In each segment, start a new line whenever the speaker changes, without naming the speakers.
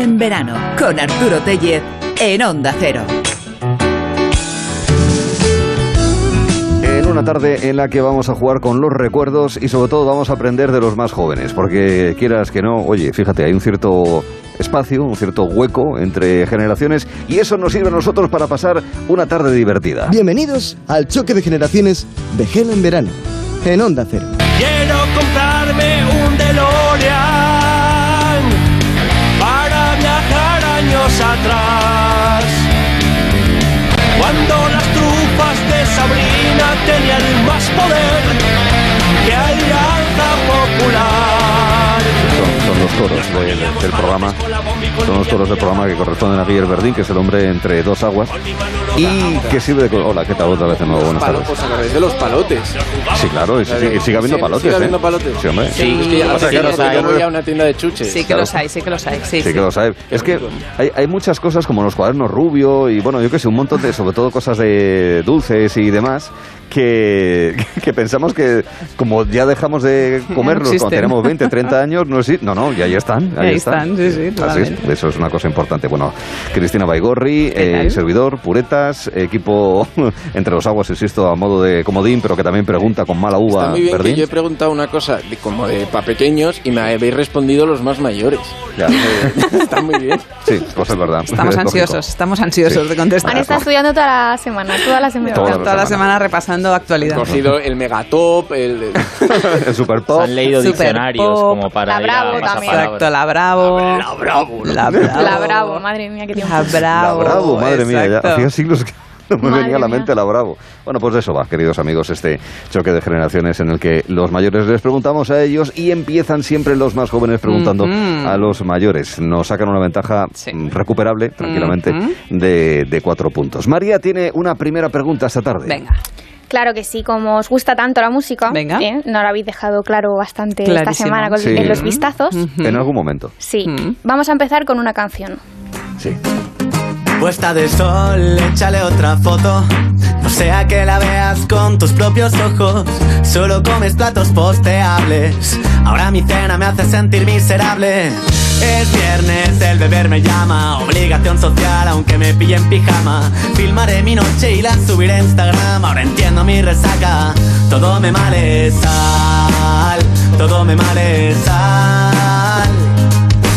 en verano con Arturo Tellez en Onda Cero.
En una tarde en la que vamos a jugar con los recuerdos y sobre todo vamos a aprender de los más jóvenes, porque quieras que no, oye, fíjate, hay un cierto espacio, un cierto hueco entre generaciones y eso nos sirve a nosotros para pasar una tarde divertida.
Bienvenidos al choque de generaciones de Gel en verano, en Onda Cero.
Quiero comprarme un DeLorean para viajar años atrás. Cuando las trufas de Sabrina tenían más poder que alianza popular.
Son, son los coros del, del programa, son los coros del programa que corresponden a Pierre Verdín, que es el hombre entre dos aguas y que sirve de... co- Hola, ¿qué tal? Otra vez de nuevo, buenas
Palo-
tardes.
¿Os acordáis de los palotes?
Sí, claro, y, sí, sí, y sigue habiendo
Sí,
palotes,
sigue
¿eh?
habiendo palotes.
Sí, hombre.
Sí, es que ya
Lo que pasa es que
antes
ahora
yo
soy yo
no
muy-
había una tienda de chuches.
Sí que
Claro.
los hay, sí que los hay. Sí,
Sí,
sí.
que lo sabe. Es que hay, hay muchas cosas como los cuadernos rubio y bueno, yo que sé, un montón de, sobre todo cosas de dulces y demás, que, que pensamos que como ya dejamos de comerlos cuando
existen.
tenemos 20, 30 años, no existen. No, no, y ahí están. Ahí, Ah,
Ahí están, sí, sí,
Así es,
totalmente.
eso es una cosa importante. Bueno, Cristina Baigorri,
¿Qué
eh,
tal?
servidor, puretas, equipo entre los aguas, insisto, a modo de comodín, pero que también pregunta con mala uva,
Está muy bien
Verdín.
que yo he preguntado una cosa de- como de pa' pequeños y me habéis respondido los más mayores. Eh,
Ya. eh,
Está muy bien.
Sí, pues es verdad.
Estamos
Es lógico.
ansiosos, estamos ansiosos
Sí.
de contestar.
Han estado estudiando toda la semana, toda la semana.
Toda
Toda,
la
la
semana.
semana repasando
He
actualidad.
cogido el megatop, el... el-
El super
Se
pop.
han leído
Super
diccionarios
pop.
como para
La
ir a
Bravo también.
pasapalabra.
Exacto, la Bravo. La Bravo. La Bravo.
La Bravo, madre mía, qué tiempo.
La
La
Bravo.
Bravo, madre mía, ya
exacto.
hacía siglos que no me
Madre
venía a la
mía.
mente la Bravo. Bueno, pues de eso va, queridos amigos, este choque de generaciones en el que los mayores les preguntamos a ellos y empiezan siempre los más jóvenes preguntando
Ujú.
a los mayores. Nos sacan una ventaja
Sí.
mm, recuperable, tranquilamente,
Ujú.
de, de cuatro puntos. María tiene una primera pregunta esta tarde.
Venga,
Claro que sí, como os gusta tanto la música,
Venga.
¿eh? nos lo habéis dejado claro bastante esta
Clarísimo.
semana con,
Sí.
en los vistazos.
En algún momento.
Sí,
Mm.
vamos a empezar con una canción.
Sí.
Puesta de sol, échale otra foto. No sea que la veas con tus propios ojos. Solo comes platos posteables. Ahora mi cena me hace sentir miserable. Es viernes, el beber me llama. Obligación social, aunque me pille en pijama. Filmaré mi noche y la subiré a Instagram. Ahora entiendo mi resaca. Todo me male sal. Todo me male sal.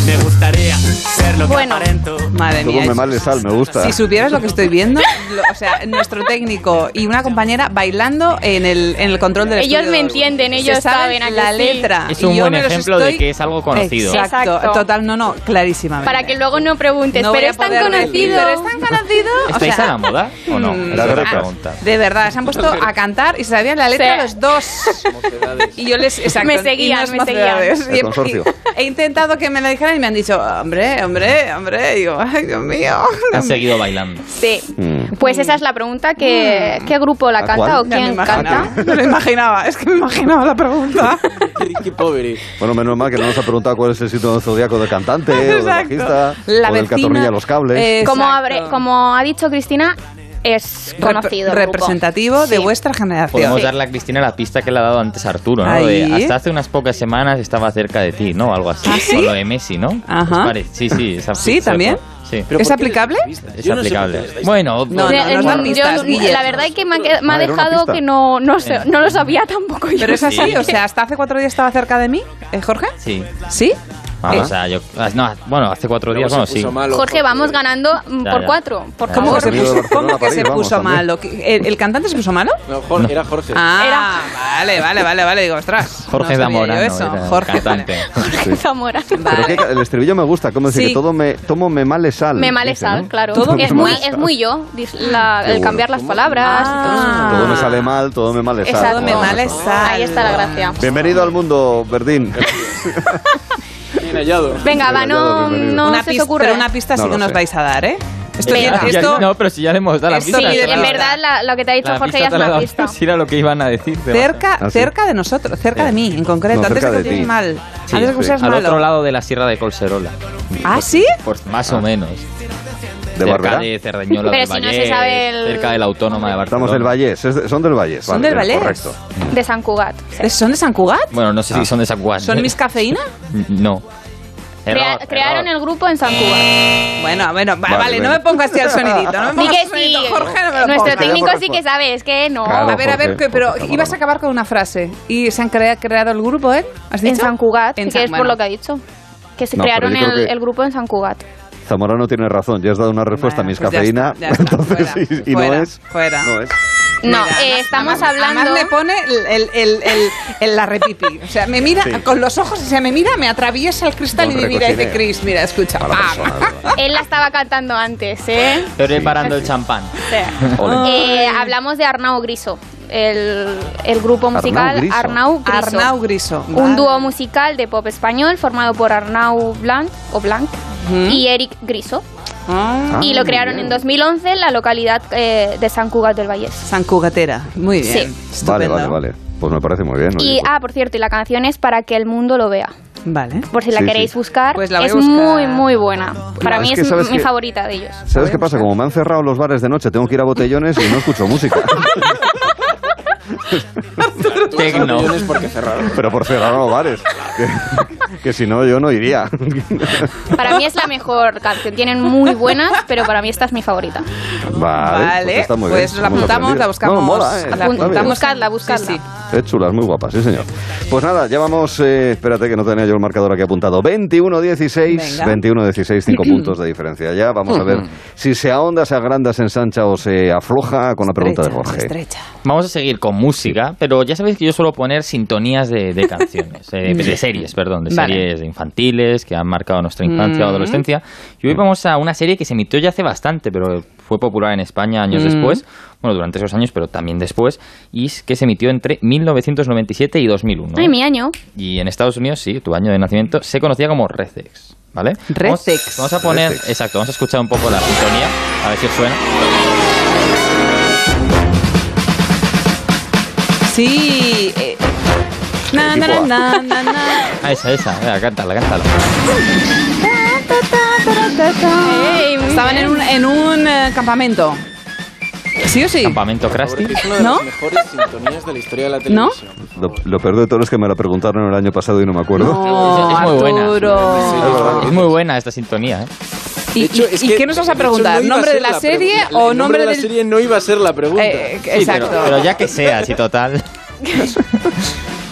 Me gustaría ser lo que
Bueno.
aparento.
madre
Todo
mía.
me mal sal, me gusta.
Si supieras lo que estoy viendo, lo- o sea, nuestro técnico y una compañera bailando en el, en el control del
Ellos
estudio
me
de-
entienden,
Se
ellos
saben
saben a que
la
sí.
letra.
Es
y
un
yo
buen
me los
ejemplo de
estoy-
que es algo conocido.
Exacto,
Exacto.
total, no, no, clarísimamente.
Para que luego no preguntes,
No voy
pero,
a
es tan
poder decir,
conocido.
Pero es tan conocido. o
¿Estáis
sea,
a la moda o no?
Mm.
Esa es
Las
la
retas.
pregunta.
De verdad, se han puesto a cantar y se sabían la letra
Sí.
los dos. Y yo les. Exacto,
Me seguían,
y no es
me
mocedades.
seguían.
Y he-
El consorcio.
y- He, intentado que me la dijeran y me han dicho, hombre, hombre, hombre. Y digo, ay, Dios mío.
Han seguido bailando.
Sí.
Mm.
Pues esa es la pregunta, que, ¿qué grupo
¿A
la
cuál?
canta o
Mm. Ya me
quién
imaginaba,
canta?
No lo imaginaba, es que me imaginaba la pregunta.
Ricky Poveri.
Bueno, menos mal que no nos ha preguntado cuál es el sitio del zodiaco del cantante, o del bajista, o del que atornilla los cables.
Como,
abre,
abre- como ha dicho Cristina, es conocido. el grupo.
representativo de
Sí.
vuestra generación.
Podemos
Sí.
darle a Cristina la pista que le ha dado antes Arturo, ¿no?
Ahí.
De hasta hace unas pocas semanas estaba cerca de ti, ¿no? Algo así.
¿Ah, sí?
Con lo de Messi, ¿no?
Ajá.
Os parece. Sí, sí. esa-
¿Sí,
esa-
también?
Sí.
Pero
¿Es
¿por qué le
aplicable?
dais pistas?
Es
Yo no sé por qué
aplicable.
le dais
bueno,
No, no,
Eh,
no,
eh,
nos dan
yo-
pistas, Guille.
la verdad es que me ha, que- me ha
A ver, una
dejado
pista.
que no, no, sé- no lo sabía tampoco yo.
Pero es así,
Sí.
o sea, hasta hace cuatro días estaba cerca de mí, ¿eh, Jorge.
Sí.
¿Sí? Eh.
Ah, o sea, yo, ah, no, bueno, hace cuatro días,
Luego se
bueno,
puso
sí.
malo,
Jorge, vamos ganando mm,
Ya,
por
ya.
cuatro. Por
Ya,
¿Cómo,
Ah,
que
se
se
ha venido de
puso,
Barcelona
cómo
para
que se
París, vamos,
puso
también.
malo? ¿El, el cantante se puso malo?
No, Jorge, era Jorge.
Ah, vale, vale, vale, vale. Digo, ostras. no
Jorge
sabía yo
Zamorano
eso.
era el
Jorge,
cantante.
vale.
Jorge Zamora.
Pero
Vale.
que el estribillo me gusta, como decir
Sí.
que todo me, tomo me male sal.
Me male
dice,
sal,
¿no?
claro.
Todo
es,
me
muy,
male
es muy yo, dis- la-
Qué
el
bueno.
cambiar las palabras y todo eso.
Ah.
Todo me sale mal, todo me male sal.
Exacto.
Todo me male
Exacto.
sal.
Ahí está la gracia.
Bienvenido al mundo, Verdín.
Bien hallado.
Venga, va, no,
Bienvenido.
no
una
se os
pista,
ocurre.
pero una pista
No
sí
lo
que nos
sé.
vais a dar, ¿eh? Esto,
Eh,
tiene-
Ya-
esto-
no, pero si ya le hemos dado la
Sí,
pista.
Sí,
te la-
en verdad la- lo que te ha dicho
la
Jorge
pista
ya
te
es
la
una
he dado
pista.
antes, era lo que iban a decir. de
cerca,
Ah, sí.
cerca de nosotros, cerca de mí, en concreto.
Eh, No,
antes de
cerca
que
de
pusieras
ti.
mal.
Sí,
antes de que
sí.
pusieras
Al
malo.
otro lado de la Sierra de Colserola.
¿Ah, sí?
Por- más o menos.
De
cerca
Barberá.
de Cerdeñola
Pero
del
si no
Vallés,
se sabe el-
cerca de la Autónoma de Barcelona.
Estamos del Vallés, es de- son del Vallés.
Son
vale,
del Vallés.
Correcto.
De San Cugat.
¿Son de San Cugat?
Ah.
Bueno, no sé si son de San Juan.
¿Son mis cafeína?
No.
Crea-
Error,
crearon
error.
el grupo en San Cuba.
Bueno, bueno, va- vale, no
bueno.
me pongas así al sonidito. No me
Ni
pongas
que
al
sí.
sonidito, Jorge, no me lo
Nuestro
pongas.
Venga,
técnico
por
sí
favor.
que sabe, es que no.
Claro.
A ver, a ver,
Jorge,
que- pero
Jorge,
ibas
camarón.
a acabar con una frase. ¿Y se han, crea- creado el grupo, eh? ¿Has
En
dicho?
San Cugat,
En
que
San-
es por
bueno.
lo que ha dicho. Que se
No, pero
crearon
yo creo
el,
que-
el grupo en San Cugat.
Zamorano tiene razón, ya has dado una respuesta,
Bueno,
mis
pues ya
cafeína.
está, ya está,
Entonces,
fuera,
y, y no
fuera,
es.
fuera.
No es.
No,
Mira,
eh,
además-
estamos
además-
hablando.
Además le pone el, el, el, el- el- la repipi. O sea, me mira con los ojos, o sea, me mira, me atraviesa el cristal
Don
y me mira y dice,
Recochine.
Chris, mira, escucha. Ah,
Mala
pam".
persona.
Él la estaba cantando antes, ¿eh?
Estoy reparando el champán.
O sea,
Ole.
eh, hablamos de Arnau Griso, el, el grupo musical
Griso.
Arnau Griso.
Arnau Griso.
Un
Vale.
dúo musical de pop español formado por Arnau Blanc, o Blanc y Eric Griso.
Ah,
Ah,
y
muy
lo crearon
bien.
en 2011 en la localidad eh, de San Cugat del Vallés.
San Cugatera. Muy
Sí.
bien.
Vale,
Estupendo.
vale, vale. Pues me parece muy bien. oye,
Y,
pues-
ah, por cierto, y la canción es Para que el mundo lo vea.
Vale.
Por si la
Sí,
queréis
sí.
buscar,
Pues la voy
es
a buscar.
muy, muy buena. Para
es
mí
que
es,
sabes
mi
que-
favorita de ellos.
¿Sabes qué pasa? Como me han cerrado los bares de noche, tengo que ir a botellones y no escucho música.
Tecno.
millones porque cerraron.
Pero por cerrar los bares. Que, que si no, yo no iría.
Para mí es la mejor canción. Tienen muy buenas, pero para mí esta es mi favorita.
Vale,
Vale,
pues está muy
pues
bien.
la
Hemos
apuntamos,
aprendido.
la buscamos.
No, mola, eh,
la
está bien.
apuntamos. Buscadla,
Buscadla, buscadla.
buscadla.
Es chulas, muy guapas, sí señor. Pues nada, ya vamos, eh, espérate que no tenía yo el marcador aquí apuntado. 21-16,
Venga.
21-16, 5 puntos de diferencia. Ya vamos a ver si se ahonda, se agranda, se ensancha o se afloja con la pregunta de Jorge.
Estrecha.
Vamos a seguir con música, pero ya sabéis que yo suelo poner sintonías de, de canciones,
Mm.
eh, de series, perdón, de
Vale.
series infantiles que han marcado nuestra infancia o
Mm.
adolescencia. Y hoy vamos a una serie que se emitió ya hace bastante, pero fue popular en España años
Mm.
después, bueno, durante esos años, pero también después, y es que se emitió entre 1997 y 2001.
Ay, mi año.
Y en Estados Unidos, sí, tu año de nacimiento, se conocía como Resex, ¿vale?
Red
Vamos-
Sex.
Vamos, a poner,
Red Sex.
exacto, vamos a escuchar un poco la sintonía, a ver si os suena.
Sí. eh. Na, na, na, na, na, na.
Ah, esa, esa, venga, cántala, cántala.
Ey, muy
Estaban en un, en un eh, campamento. ¿Sí o sí?
Campamento Krusty.
Porque es una de
¿No?
las mejores sintonías de la historia de la
¿No?
televisión.
Lo, lo peor de todo es que me la preguntaron el año pasado y no me acuerdo.
No,
Es muy buena.
Oh, Arturo.
Es muy buena esta sintonía, ¿eh?
¿Y,
De hecho,
y-
es
y
que-
qué nos vas
de
a
hecho,
preguntar?
no iba a
¿Nombre de
ser
la serie
pregunta.
o
El
nombre
de la
del...?
serie no iba a ser la pregunta.
Eh,
Sí, pero-
exacto.
Pero, ya que sea, si total.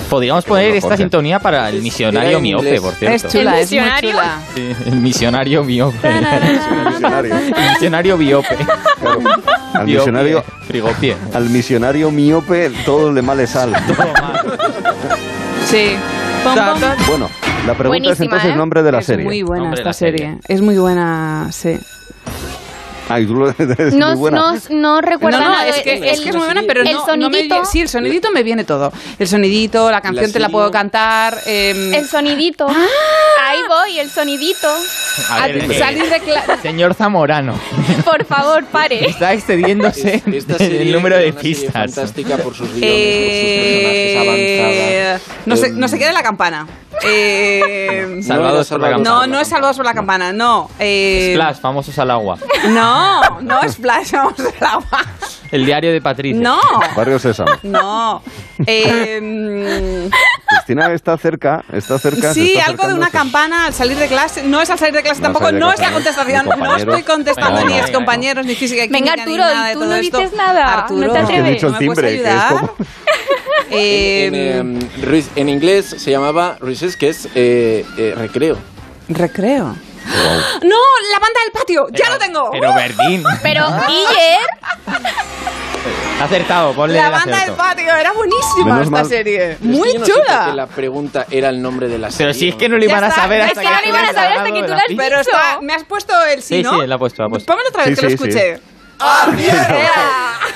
Podríamos poner
bueno,
esta
Jorge.
sintonía para el
Es-
misionario
era inglés.
miope, por
es
cierto.
El
chula, es muy
diccionario.
chula.
Sí, el misionario miope.
Al misionario.
El misionario miope.
Claro. Al
Miope,
misionario.
Frigopié.
Al misionario miope, todo le mal es al.
Todo mal.
Sí. Pom, pom, pom.
Bueno, la pregunta es
Buenísima,
entonces
¿eh?
nombre de la
es
serie.
muy buena
Nombre
esta
de la
serie.
serie.
Es muy buena, sí.
Ay, Ah, tú lo- es
No,
muy buena.
no, no recuerdo nada de- el- el sonidito.
sí, el sonidito me viene todo. El sonidito, la canción te la
serie.
puedo cantar. em,
El sonidito.
Ah.
Ahí voy, el sonidito.
A
a-
ver, eh,
salir de cla-
Señor Zamorano.
Por favor, pare.
Está excediéndose
Es- esta
del
serie
número
era
de
una serie
pistas.
Fantástica por sus guiones, por
Eh,
sus personajes avanzadas.
no, se,
Eh,
no se queda la campana. Eh,
Salvados por la
Salvados.
no,
campana.
no es Salvados por la campana, no. Eh,
Splash, famosos al agua.
No, no es Splash, vamos al agua.
El diario de Patricia.
No,
Barrio Sésamo.
no. Eh,
Cristina está cerca, está cerca. se
Sí,
está
algo de
acercando,
una
se-
campana al salir de clase. No es al salir de clase
No es
tampoco,
salir de
no es
clase,
la
ni
contestación. No
compañeros.
estoy contestando
Venga,
ni
venga,
es
venga.
compañeros, ni física y
Venga,
química, ni
Arturo,
nada de
tú
todo
no
esto.
dices nada,
Arturo,
no te
Es que he dicho el
¿me puedes
timbre, que es
ayudar?
como-
Eh,
En, en, em, re- en inglés se llamaba recess, que es eh, eh, recreo.
recreo. ¡No! ¡La banda del patio! ¡Ya lo tengo!
Pero Verdín.
Pero,
Ah.
Guiller,
Ha acertado, ponle
Uh, La
el
banda del
acierto.
patio, era buenísima
Menos
esta
mal.
serie.
Es que
Muy
yo no sé por
chula.
qué la pregunta era el nombre de la serie.
Pero si es que no lo
Ya
iban a
está,
saber
es
hasta
que no lo iban a
saber hasta que tú lo has
visto.
Pero está, me has puesto el sí,
Sí,
¿no?
sí, la he puesto, la he puesto.
Pónmelo otra
Sí,
vez que lo ¡Ah,
sí,
escuché.
sí.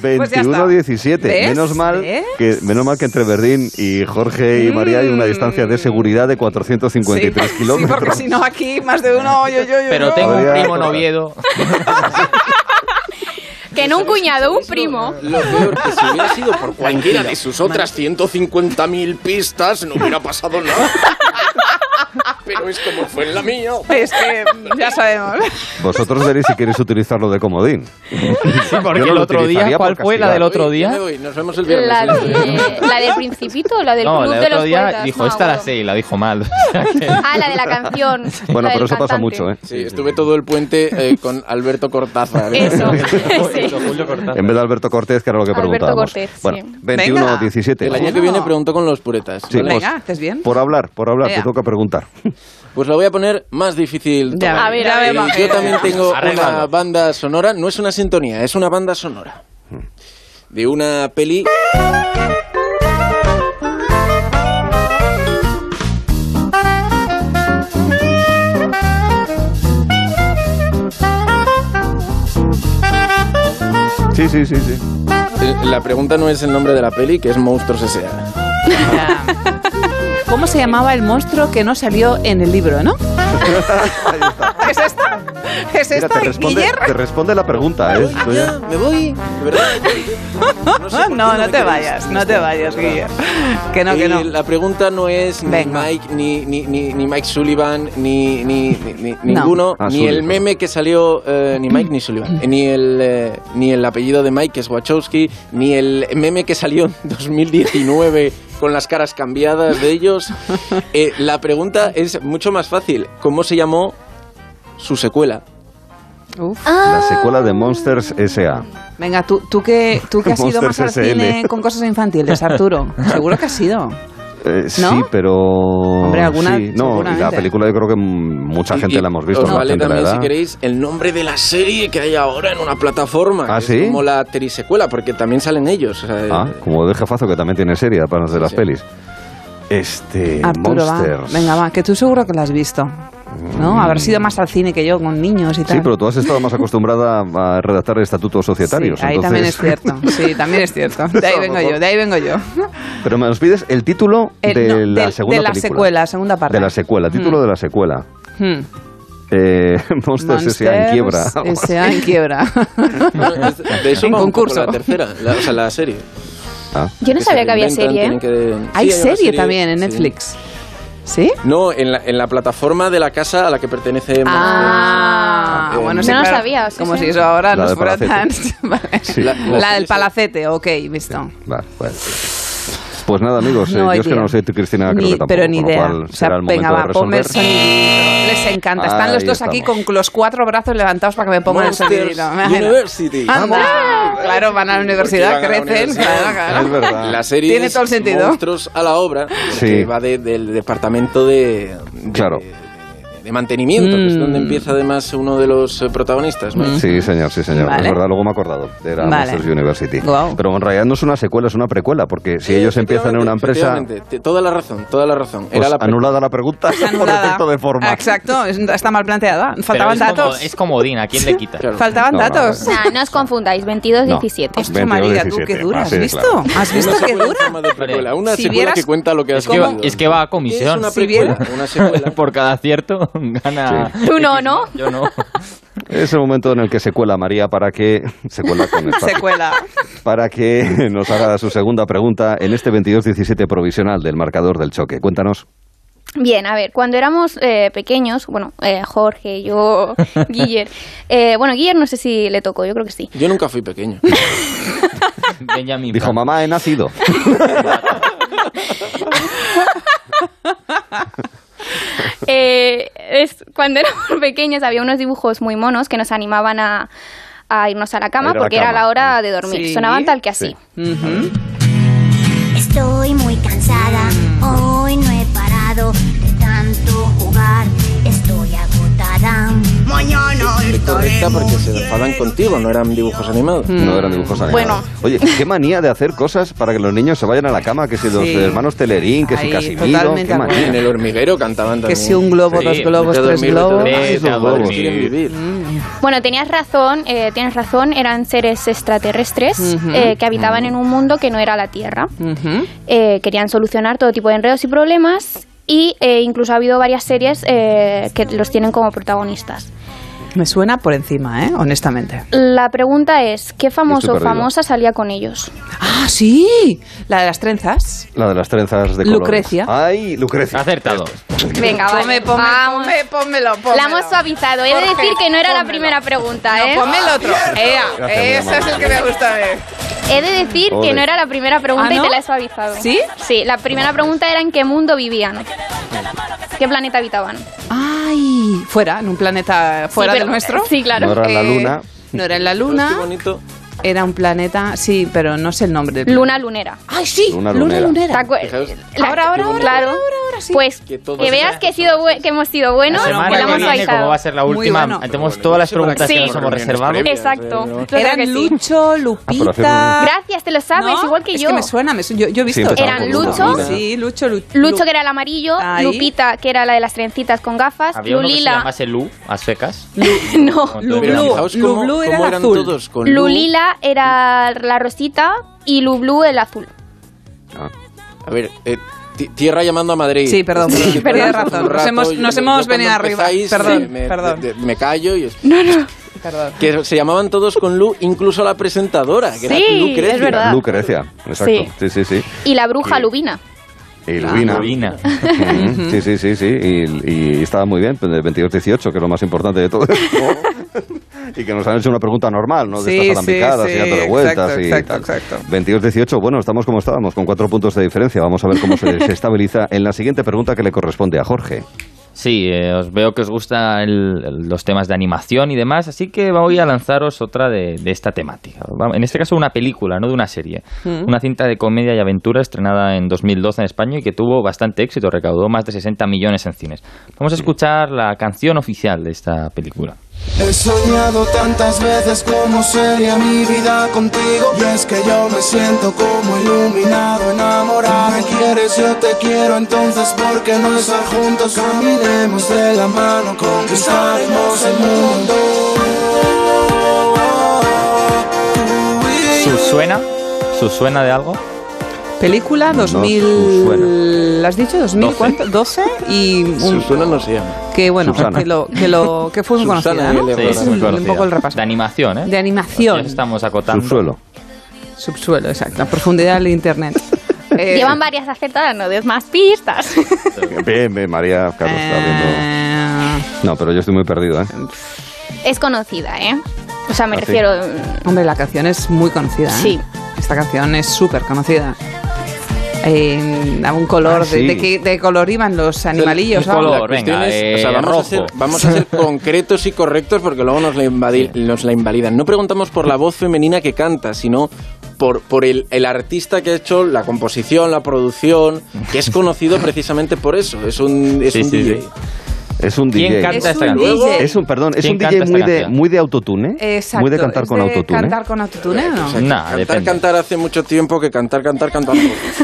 Joder.
Pues ya está.
21-17.
¿Ves?
menos, mal
¿Ves? Mm.
que, menos mal que entre Berlín y Jorge y María hay una distancia de seguridad de
Sí,
453
sí,
kilómetros.
porque si no aquí más de uno, yo, yo, yo.
Pero
yo.
tengo un
Podría-
primo en Oviedo.
que no un cuñado, un primo.
Lo peor que si hubiera sido por cualquiera de sus otras 150.000 pistas, no hubiera pasado nada. Pero Pues como fue en la mía.
Es que ya sabemos.
Vosotros veréis si queréis utilizarlo de comodín.
Sí, porque
Yo no
el
lo
otro día,
utilizaría
¿cuál
por
fue la
castigar.
del otro
Uy, ya
día?
me voy, Nos vemos el viernes. ¿eh?
La,
en el estudio.
de, la del Principito, la del
No,
Club
la
de
del otro
los
día
Poetas,
dijo,
no,
Ah,
esta la
bueno.
sé y la dijo mal.
Ah, la de la canción.
Bueno,
la
pero
del
eso pasa
cantante.
mucho, ¿eh?
Sí, estuve todo el puente eh, con Alberto Cortázar.
¿eh?
Eso.
Julio Cortázar.
En vez de Alberto Cortés, que era lo que
Alberto
preguntábamos.
Cortés,
bueno,
sí.
21
Venga.
17.
El año
Vamos.
que viene pregunto con los puretas.
Sí.
¿vale?
Venga, ¿estás bien?
Por hablar, por hablar,
Ea.
te toca preguntar.
Pues la voy a poner más difícil.
Ya,
todavía.
a ver, a ver,
Eh,
va.
Yo también tengo una
Arréglalo.
banda sonora, no es una sintonía, es una banda sonora. De una peli.
Sí, sí, sí, sí.
eh, La pregunta no es el nombre de la peli, que es Monstruos S.A.
Pues
¿Cómo se llamaba el monstruo que no salió en el libro, no?
Ahí está.
¿Es esta? ¿Es
Mira,
esta,
te responde,
Guiller?
te responde la pregunta, ¿eh? Tú ya-
me voy. de verdad. sé por
Ah,
qué me
No,
este
no te
queréis.
vayas, no te
Esto,
vayas,
de verdad.
Guiller. Que no, que
Y
no.
Eh, La pregunta no es ni
Venga.
Mike, ni, ni, ni, ni Mike Sullivan, ni, ni, ni- ni- ninguno,
Ah,
ni
Sullivan.
el meme que salió, eh, ni Mike ni Sullivan, eh, ni el, eh, ni el apellido de Mike, que es Wachowski, ni el meme que salió en 2019 con las caras cambiadas de ellos. Eh, la pregunta es mucho más fácil. ¿Cómo se llamó su secuela?
Uf.
La secuela de Monsters S.A.
Venga, tú, tú que, tú que has ido más al
Monsters SL.
cine con cosas infantiles, Arturo. Seguro que has ido.
Eh, Sí, pero...
Hombre, alguna
Sí, no, y la
seguramente.
película yo creo que mm, mucha
Y-
gente
y
la hemos visto,
os
¿no?
vale
Gente de la
también, si
edad.
queréis, el nombre de la serie que hay ahora en una plataforma. que
¿Ah,
es
sí?
Como la trisecuela, porque también salen ellos. o sea, eh,
Ah, como de jefazo que también tiene serie, aparte de las
sí.
pelis. Este,
Arturo, va.
Monsters.
Venga, va, que tú seguro que la has visto. ¿No? Haber sido más al cine que yo con niños y tal.
Mm. Sí, pero tú has estado más acostumbrada a redactar estatutos societarios.
Sí, ahí también es
entonces-
cierto. Sí, también es cierto. De ahí vengo yo, de ahí vengo yo.
Pero me nos pides el título
El-
de,
Eh, no,
la
del-
segunda
de la
película.
secuela, Mm. segunda parte.
De la secuela, título de la secuela.
Hmm.
Eh, Monsters S.A. en quiebra.
Monsters S.A. en quiebra.
Bueno, es- de eso
En
va un poco
concurso.
la tercera, la- o sea, la serie.
Ah,
Yo no
se
sabía que había
reinventan, tienen
serie. ¿eh?
que- Sí,
Hay
una
serie, también en
sí.
Netflix. ¿Sí?
No, en la, en la plataforma de la casa a la que pertenece.
Ah,
Eh,
bueno,
no
sí,
lo
claro.
sabía, sí,
Como
sí.
si eso ahora
La
nos
del
fuera tan...
Palacete.
Vale.
Sí.
La-
La,
la-
del palacete, ok, visto.
vale, vale. Pues nada, amigos, eh,
No,
yo es que
idea.
no soy Cristina, creo
Ni-
que tampoco.
pero ni
con lo
idea.
cual
O sea,
será el
venga,
momento de
va, ponme el
resolver.
sonidito. Les encanta. Están los
Ahí
dos aquí
estamos.
con los cuatro brazos levantados para que me pongan
Monsters
el sonidito. Me imagino.
University.
Anda. Claro, van a la universidad,
Porque van a la
crecen.
universidad.
claro, claro.
Es verdad.
La serie
Tiene
es
todo el sentido.
Monstruos a la obra,
Sí.
que va de- del departamento de, de-
Claro.
de- de mantenimiento, que es
Mm.
donde empieza además uno de los eh, protagonistas. ¿no?
Sí, señor, sí, señor.
Vale.
Es verdad, luego me he acordado. Era
Vale.
Monsters University.
Guau.
Pero en realidad no es una secuela, es una precuela, porque si ellos empiezan en una empresa,
Efectivamente, efectivamente. Toda la razón, toda la razón.
pues
Era la pre-
anulada la pregunta por
Anulada. Ah,
efecto de forma.
Exacto, es- está mal planteada.
Pero
Faltaban
es como-
datos.
Es comodín, ¿a quién le quita?
Claro.
Faltaban
No, no,
datos.
Nah, no os confundáis, 22-17.
No.
Ostras, María, tú
22,
qué dura. ¿Has
17,
visto?
claro.
¿Has visto qué
secuela en
dura?
forma de precuela, Una
Si
secuela
vieras-
que cuenta lo que has
Es que, va,
comido.
es que va a
Es
comisión.
una
Si
precuela,
vieras-
una secuela.
Por cada acierto gana.
Tú no, ¿no? Ah,
Yo no.
Es el momento en el que se cuela María para que se cuela con el pato.
Secuela.
para que nos haga su segunda pregunta en este 22-17 provisional del marcador del choque. Cuéntanos.
Bien, a ver, cuando éramos eh, pequeños, bueno, eh, Jorge, yo, Guiller. eh, bueno, Guiller no sé si le tocó, yo creo que sí.
Yo nunca fui pequeño.
Benjamin.
Dijo, mamá, he nacido.
Eh, es, cuando éramos pequeños había unos dibujos muy monos que nos animaban a, a irnos a la
A
cama
ir a la
porque era
cama,
la hora de dormir.
Sí.
Sonaban tal que así.
Sí.
Estoy muy cansada,
Mm.
hoy no he parado de tanto jugar, estoy agotada.
Es correcta porque se enfadan contigo, no eran dibujos animados.
Hmm.
No eran dibujos animados.
Bueno.
Oye, qué manía de hacer cosas para que los niños se vayan a la cama, que si los
Sí.
hermanos Telerín, que si
Ahí,
Casimiro,
totalmente
qué
de
En
manía.
el hormiguero cantaban
Que
también.
si un globo,
Sí,
dos globos,
Vete a
tres
dormir, vete a
globos.
dormir.
Ay,
Vete a
esos globos.
dormir.
Quieren vivir.
Bueno, tenías razón, eh, tienes razón, eran seres extraterrestres
Ujú.
eh, que habitaban en un mundo que no era la Tierra.
Ujú.
Eh, querían solucionar todo tipo de enredos y problemas y eh, incluso ha habido varias series eh, que los tienen como protagonistas.
Me suena por encima, ¿eh? Honestamente.
La pregunta es, ¿qué famoso o
perdido.
famosa salía con ellos?
Ah, sí. La de las trenzas.
La de las trenzas de colores.
Lucrecia.
Ay, Lucrecia.
Acertado.
Venga, vale.
Ponme, ponme,
vamos.
ponme, pónmelo, pónmelo.
La hemos suavizado. He de
Jorge,
decir que no era la
pónmelo.
primera pregunta,
No,
¿eh?
ponme el otro. Ea,
Ah, Gracias, muy
ese es
amable.
el que me gusta ver.
He de decir
Ole.
que no era la primera pregunta
¿Ah,
y
no?
te la he suavizado.
¿Sí?
Sí, la primera pregunta era en qué mundo vivían. ¿Qué planeta habitaban?
Ay, fuera, en un planeta fuera
Sí, pero-
del nuestro.
Sí, claro.
No era en la
Eh,
luna.
No era en la
Qué
luna,
bonito.
era un planeta, sí, pero no sé el nombre. del
Luna lunera.
planeta. Ay, sí,
Luna
luna
lunera.
lunera.
¿Te acuer-
Fijaos.
la-
Ahora, ahora, ahora,
claro.
ahora, ahora, ahora, sí.
Pues
Que
que,
todo se
veas
vea.
que, he sido bue- que hemos sido buenos,
La
que
semana
pues la
que
hemos
viene, como va
suavizado.
a ser la
Muy
última,
bueno.
tenemos todas las preguntas
Sí.
que nos hemos reservado.
Exacto. Yo creo
Eran
que sí.
Lucho,
Ah, pero hace un-
Lupita.
Gracias, te lo sabes,
¿No?
igual que
Es
yo.
que me suena, me su- yo, yo he visto.
empezaba
Eran por Lucho. Luna.
Sí, Lucho, Lu-
Lucho,
Lu-
que era el amarillo,
Ahí.
Lupita, que era la de las trencitas con gafas,
Había uno que se
Lulila,
llamase Lu, a secas.
no,
Lu-
Pero
Lu-
fijaos
Lu-
cómo,
Lu era
cómo
el
eran
azul.
todos con Lu.
Lulila era la rosita y Lublu el azul.
Ah.
A ver, eh, ti- tierra llamando a Madrid.
Sí, perdón, perdón,
Sí,
tienes
perdón,
razón.
un
Nos
rato,
hemos-
yo-
nos
yo
hemos
cuando
venido arriba.
empezáis,
Perdón,
eh, me,
perdón.
de- de- me callo y os-
Perdón.
que se llamaban todos con Lu, incluso la presentadora, que era
Sí,
Lucrecia.
es verdad.
Lucrecia, exacto. Sí, sí, sí.
Y la bruja
Sí.
Lubina.
Y Lubina.
Lubina.
Mm, Sí, sí, sí, sí. Y, y estaba muy bien, pues, de 22-18, que es lo más importante de todo esto. y que nos han hecho una pregunta normal, ¿no? De
Sí,
estas alambicadas
sí,
y dándole
sí,
vueltas
exacto,
y
exacto,
tal.
exacto.
22-18, bueno, estamos como estábamos, con cuatro puntos de diferencia. Vamos a ver cómo se, se estabiliza en la siguiente pregunta que le corresponde a Jorge.
Sí, eh, os veo que os gustan los temas de animación y demás, así que voy a lanzaros otra de, de esta temática. Va- En este caso, una película, no de una serie.
Mm.
Una cinta de comedia y aventura estrenada en 2012 en España y que tuvo bastante éxito, recaudó más de 60 millones en cines. Vamos a escuchar la canción oficial de esta película.
He soñado tantas veces cómo sería mi vida contigo Y es que yo me siento como iluminado, enamorado Me quieres, yo te quiero, entonces ¿por qué no estar juntos? Caminemos de la mano, conquistaremos el mundo
¿Sus suena? ¿Sus suena de algo?
Película
No
2000. ¿Has dicho 2000 cuánto? 12 y un,
Susana no se llama.
que bueno,
Susana.
que lo que lo que fue muy
Susana
conocida,
y
¿no?
el
Sí,
Ebro.
un-
muy conocida.
un poco el repaso.
De animación, ¿eh?
De
Ya
animación.
estamos acotando.
Subsuelo.
Subsuelo, exacto. La profundidad del internet. Eh,
Llevan varias acertadas, no des más pistas.
Bien, bien, María, Carlos, está viendo.
eh,
No, pero yo estoy muy perdido, ¿eh?
es conocida, ¿eh? O sea, me
Ah, sí.
refiero.
Hombre, la canción es muy conocida. ¿eh?
Sí.
Esta canción es súper conocida. Eh, daba un color,
Ah, sí.
de, de qué de color iban los animalillos?
Un
¿no?
color.
La cuestión
venga,
es-
eh,
o sea, vamos,
rojo.
A ser, vamos a ser concretos y correctos porque luego nos la, invadi- nos la invalidan. No preguntamos por la voz femenina que canta, sino por, por el, el artista que ha hecho la composición, la producción, que es conocido precisamente por eso. Es un, es
Sí,
un
sí,
DJ.
sí.
Es un
¿Quién
DJ.
canta
Es
esta
un
canción?
DJ.
Es un, perdón, es
¿Quién
un
canta
DJ
esta
muy de,
canción?
muy de autotune. ¿eh?
Exacto.
Muy de cantar
es
con
de
autotune. ¿eh?
Cantar con autotune, ¿no?
O sea,
Nah,
cantar,
depende.
cantar hace mucho tiempo que cantar, cantar, cantar.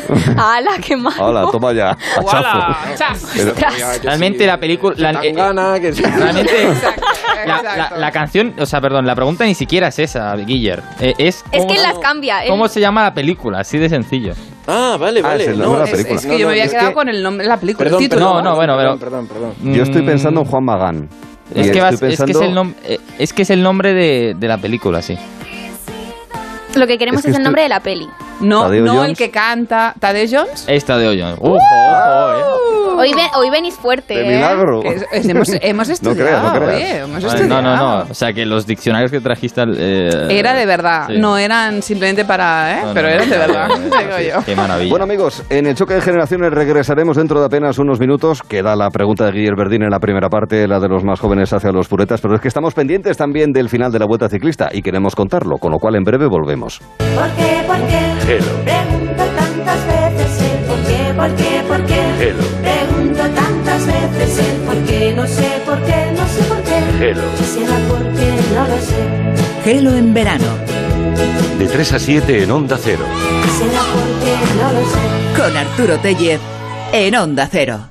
poco.
¡Hala, qué malo!
Hola, toma ya.
¡Hola!
hachazo.
¡Chas!
Pero-
Ostras.
Realmente
Sí,
la película... la- eh,
Tangana, que sí.
Realmente la,
Exacto.
la- la canción, o sea, perdón, la pregunta ni siquiera es esa, Guiller. Eh, es
Es
cómo-
que las cambia. ¿eh?
¿Cómo se llama la película? Así de sencillo.
Ah, vale,
Ah,
vale.
es el nombre de la
Es,
película.
es que yo me había
es
quedado
que-
con el nombre de la película,
Perdón,
el título.
no,
perdón,
no, bueno,
perdón,
pero-
perdón, perdón.
Yo estoy
Mm,
pensando en Juan Magán. Y
Es que, vas-
estoy
es, que es, el
pensando-
nom- eh, es que es el nombre de, de la película, sí.
Lo que queremos
Es
es,
que
el
estoy-
nombre de la peli.
No,
Tadeo
no el
Jones.
que canta Tadeo Jones.
Esta de hoy. Ojo, ojo, eh.
Hoy, ve- hoy venís fuerte,
Oh. De
¿eh?
milagro.
Que es- es- hemos,
No
hemos
creas,
estudiado,
no creas.
oye, hemos
Vale,
estudiado.
no, no, no. O sea, que los diccionarios que trajiste... al- eh,
Era de verdad,
sí.
no eran simplemente para, ¿eh?
No, no,
pero
no,
eran de
no,
verdad,
no, no,
digo
sí,
yo.
Qué maravilla.
Bueno amigos, en el choque de generaciones regresaremos dentro de apenas unos minutos. Queda la pregunta de Guillermo Verdín en la primera parte, la de los más jóvenes hacia los puretas, pero es que estamos pendientes también del final de la vuelta ciclista y queremos contarlo, con lo cual en breve volvemos.
¿Por qué? ¿Por qué? Pregunto tantas veces el por qué, por qué, por qué. Pregunto tantas veces el por qué, no sé por qué, no sé por qué. Quisiera por qué, no lo sé.
Gelo en verano
De 3 a 7 en Onda Cero.
Quisiera por qué, no lo sé.
con Arturo Tellez en Onda Cero.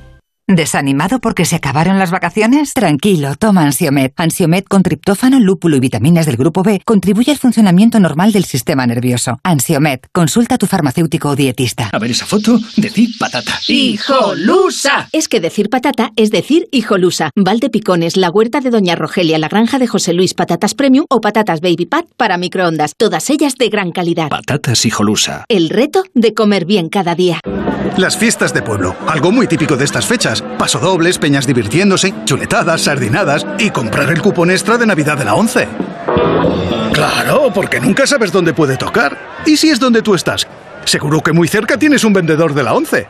¿Desanimado porque se acabaron las vacaciones? Tranquilo, toma Ansiomet. Ansiomet con triptófano, lúpulo y vitaminas del grupo B contribuye al funcionamiento normal del sistema nervioso. Ansiomet, consulta a tu farmacéutico o dietista.
A ver esa foto, decir patata.
¡Hijolusa! Ah, Es que decir patata es decir hijolusa. Val de Picones, la huerta de Doña Rogelia, la granja de José Luis, patatas premium o patatas baby pat para microondas. Todas ellas de gran calidad.
Patatas hijolusa.
El reto de comer bien cada día.
Las fiestas de pueblo, algo muy típico de estas fechas. Pasodobles, peñas divirtiéndose, chuletadas, sardinadas y comprar el cupón extra de Navidad de la 11. Claro, porque nunca sabes dónde puede tocar. ¿Y si es donde tú estás? Seguro que muy cerca tienes un vendedor de la 11.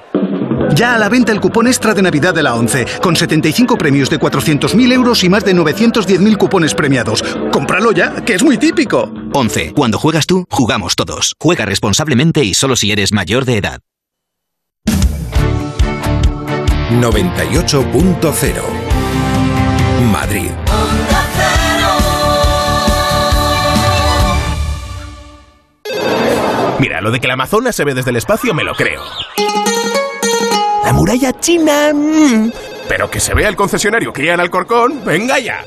Ya a la venta el cupón extra de Navidad de la 11, con 75 premios de 400.000 euros y más de 910.000 cupones premiados. Cómpralo ya, que es muy típico.
11. Cuando juegas tú, jugamos todos. Juega responsablemente y solo si eres mayor de edad.
98.0 Madrid.
Mira, lo de que la Amazonas se ve desde el espacio me lo creo. La muralla china. mm. Pero que se vea el concesionario Kia en Alcorcón, venga ya.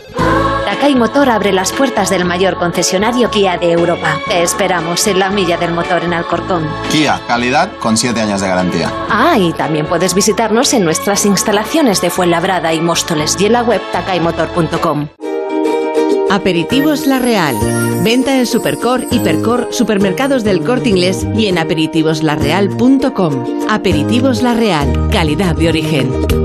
Takai Motor abre las puertas del mayor concesionario Kia de Europa. Te esperamos en la milla del motor en Alcorcón.
Kia, calidad con 7 años de garantía.
Ah, y también puedes visitarnos en nuestras instalaciones de Fuenlabrada y Móstoles y en la web takaimotor.com.
Aperitivos La Real. Venta en Supercor, Hipercor, supermercados del Corte Inglés y en aperitivoslarreal.com. Aperitivos La Real, calidad de origen.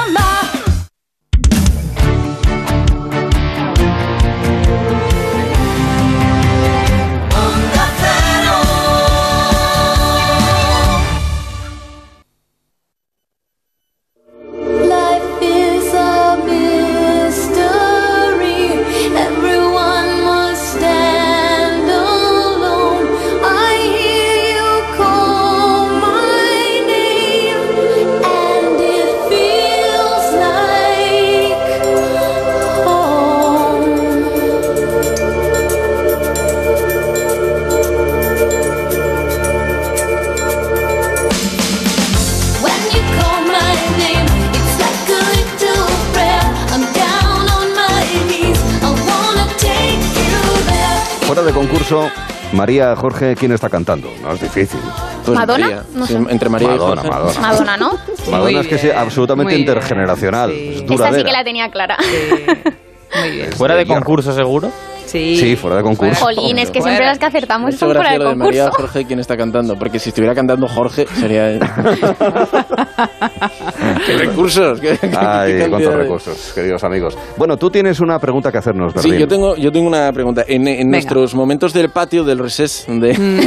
Life is a mystery. Everyone must stand alone. I hear you call my name, and it feels like home. When you call my name, it's like a little prayer. I'm down on my knees. I wanna take you there.
Fuera de concurso, María Jorge, ¿quién está cantando? No es difícil.
Pues ¿Madonna? María. No Sí, sé.
entre María y
Madonna,
Jorge.
Madonna.
Madonna, ¿no?
Madonna es que es absolutamente
Muy bien.
intergeneracional. Es
Esta sí
duradera.
que la tenía clara.
¿Fuera de concurso seguro?
Sí.
Sí, fuera de concurso.
Jolín, es que
Bueno.
siempre las que acertamos
Mucho
son fuera
gracia
de
lo de María
concurso.
Jorge quien está cantando, porque si estuviera cantando Jorge sería... ¡Qué recursos! qué- qué- qué
Ay,
cantidad
cuántos
de-
recursos, queridos amigos. Bueno, tú tienes una pregunta que hacernos,
Sí,
Bernardino.
yo tengo, yo tengo una pregunta. En, en
Venga.
nuestros momentos del patio, del recés, de,
Mm,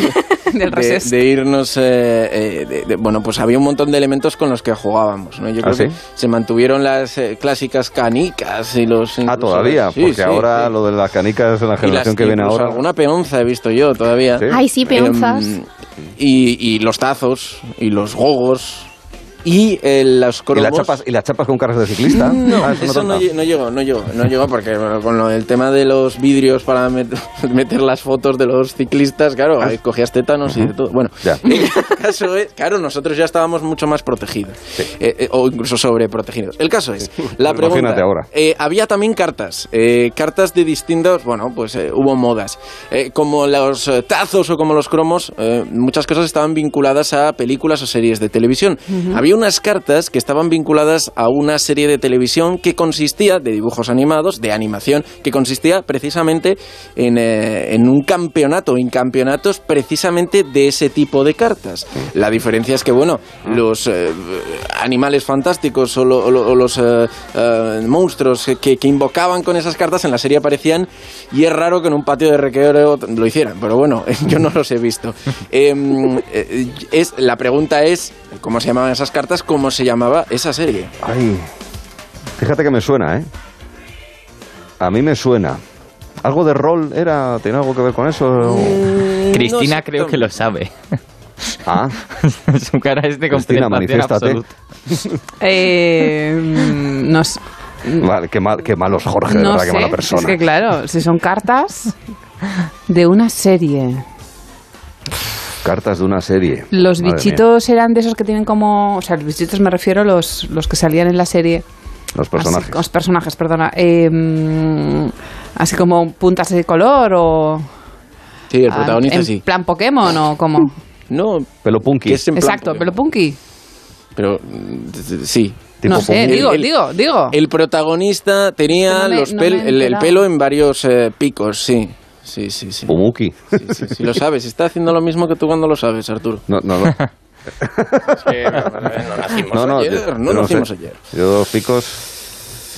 de-
Del recés.
de irnos, eh, eh, de- de- bueno, pues había un montón de elementos con los que jugábamos. ¿no? Yo
¿Ah,
creo que
sí?
se mantuvieron las eh, clásicas canicas y los...
Ah,
incluso-
todavía,
sí,
porque
sí,
ahora
sí.
lo de las canicas en la
Y
generación
las-
que viene
incluso
ahora.
Alguna peonza he visto yo todavía. Em,
¿Sí? Ay,
sí, peonzas.
y, y los tazos y los gogos. Y eh, los
¿Y,
cromos...
las chapas, ¿Y las chapas con carros de ciclista?
No,
Ah, no
eso no,
toca.
lle- no llegó, no llegó, no llegó porque bueno, con lo del tema de los vidrios para met- meter las fotos de los ciclistas, claro,
Ah.
ahí cogías tétanos y de todo. Bueno, el caso es, claro, nosotros ya estábamos mucho más protegidos eh, eh, o incluso sobreprotegidos. El caso es, la
Pues
pregunta,
imagínate ahora.
eh, había también cartas, eh, cartas de distintos, bueno, pues eh, hubo modas, Eh, como los eh, tazos o como los cromos, eh, muchas cosas estaban vinculadas a películas o series de televisión.
Ujú.
Había unas cartas que estaban vinculadas a una serie de televisión que consistía de dibujos animados, de animación, que consistía precisamente en, eh, en un campeonato, en campeonatos precisamente de ese tipo de cartas. La diferencia es que, bueno, los eh, animales fantásticos o, lo- o lo- o los eh, eh, monstruos que, que invocaban con esas cartas en la serie aparecían y es raro que en un patio de recreo lo hicieran, pero bueno, yo no los he visto. Em, eh, es, la pregunta es, ¿cómo se llamaban esas cartas? ¿Cómo se llamaba esa serie?
Ay, fíjate que me suena, ¿eh? A mí me suena. ¿Algo de rol era? ¿Tiene algo que ver con eso?
Mm.
Cristina creo que lo sabe.
Ah.
Su cara es de
Cristina,
consternación
manifiéstate.
absoluta.
Eh, mm, no sé.
Vale, qué, mal, qué malos, Jorge, de
no
verdad,
sé.
qué mala persona.
Es que claro, si son cartas de una serie.
Cartas de una serie.
Los
Madre
bichitos eran de esos que tienen como, o sea, los bichitos me refiero los los que salían en la serie.
mía, los personajes.
Así- los personajes, perdona. Eh, mm, así como puntas de color o
Sí, el
ah,
protagonista
en
sí.
plan Pokémon o como.
No,
Pelo punky.
es en plan
Exacto, pero Punky.
Pero mm, t- t- sí.
No sé, digo,
El- el-
digo, digo.
El protagonista tenía
No me-
los
no
pel-
me he
el, el
enterado.
pelo en varios eh, picos, sí. Sí, sí, sí.
Pumuki.
Sí, sí, sí, lo sabes. Está haciendo lo mismo que tú cuando lo sabes, Arturo.
No, no, no.
nacimos
No, no,
ayer,
yo-
no
yo sé.
nacimos ayer.
Yo dos picos.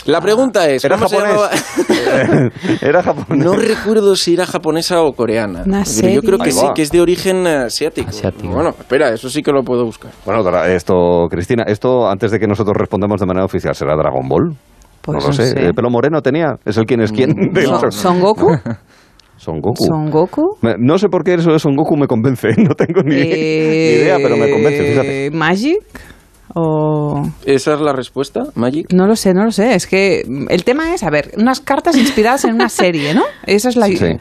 La pregunta es,
¿Era
¿cómo se
japonés?
llamaba?
Era japonés.
No recuerdo si era japonesa o coreana.
Una
Pero
serie.
yo creo que
Ahí
sí,
va.
que es de origen eh, asiático. Bueno, espera, eso sí que lo puedo buscar.
Bueno, dra- esto, Cristina, esto antes de que nosotros respondamos de manera oficial, ¿será Dragon Ball?
Pues
no lo
no
sé.
sé.
¿El pelo moreno tenía? ¿Es el quién es quién? de
Son,
los-
Son Goku.
Son Goku.
Son Goku.
Me- No sé por qué eso de Son Goku me convence. No tengo ni, ni idea, pero me convence, fíjate.
Eh, Magic o
¿Esa es la respuesta, Magic?
no lo sé, no lo sé. Es que mm, el tema es, a ver, unas cartas inspiradas en una serie, ¿no? Esa es la
Sí.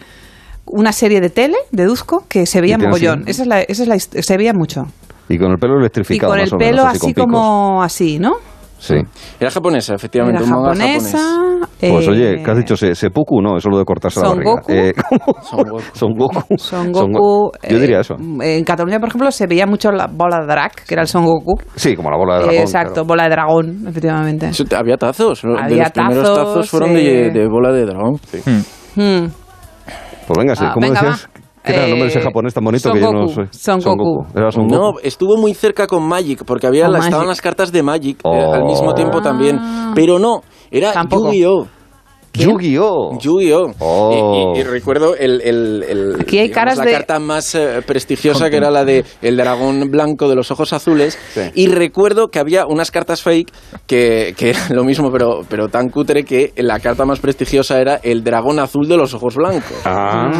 una serie de tele, deduzco, que se
Y
veía
tiene
mogollón.
así-
Esa es la, esa es la hist- se veía mucho.
Y con el pelo
Y
electrificado,
con el
más o
pelo
menos,
así
con picos.
como así, ¿no?
Sí.
Era japonesa, efectivamente.
Era
un manga
japonesa. eh,
Pues oye, ¿qué has dicho? Se- Seppuku, no, eso lo de cortarse la
Son
barriga.
Goku.
Eh, ¿cómo? Son Goku.
Son Goku.
Go- Yo
eh,
diría eso.
En Cataluña, por ejemplo, se veía mucho la bola de drag, que era el Son Goku.
Sí, como la bola de
Eh,
dragón.
Exacto,
claro.
bola de dragón, efectivamente.
japonés. Eso- Había tazos. lo- de
Había
los primeros
tazos,
tazos fueron
eh.
de, de bola de dragón.
Hmm.
Pues venga, sí,
Ah,
¿cómo
venga,
decías?
va.
¿Qué era el nombre de ese
Eh,
japonés tan bonito
Son
que yo no
Goku.
sé?
Son Goku.
Era Son
no,
Goku.
estuvo muy cerca con Magic, porque había
Con
la-
Magic. Ah.
estaban las cartas de Magic eh,
Oh.
al mismo tiempo también. Pero no, era
Tampoco.
Yu-Gi-Oh!
Yu-Gi-Oh!
Yu-Gi-Oh!
Oh.
Y, y- y recuerdo el, el- el-
Aquí hay
digamos,
caras
la
de-
carta más eh, prestigiosa que era la de el dragón blanco de los ojos azules. Y recuerdo que había unas cartas fake que, que era lo mismo, pero, pero tan cutre que la carta más prestigiosa era el dragón azul de los ojos blancos.
Ah.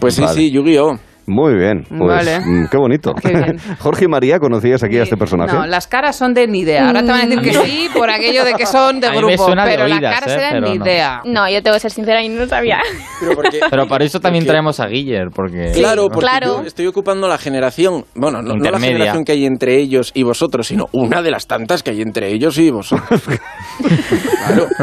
Pues sí,
Vale.
sí, Yu-Gi-Oh!
Muy bien, pues
Mm. Vale.
mm, qué bonito.
Qué bien.
Jorge y María, ¿conocías aquí a este personaje?
No, las caras son de ni idea. Ahora te van a decir que sí por aquello de que son de
Mm. A mí me
grupo,
suena de
pero las
oídas,
caras
eh,
eran
pero
ni
no.
idea.
No, yo tengo que ser sincera y no sabía.
Pero para eso también traemos a Guiller, porque...
Claro, porque
claro.
yo estoy ocupando la generación, bueno, no, no la
Intermedia.
generación que hay entre ellos y vosotros, sino una de las tantas que hay entre ellos y vosotros. claro.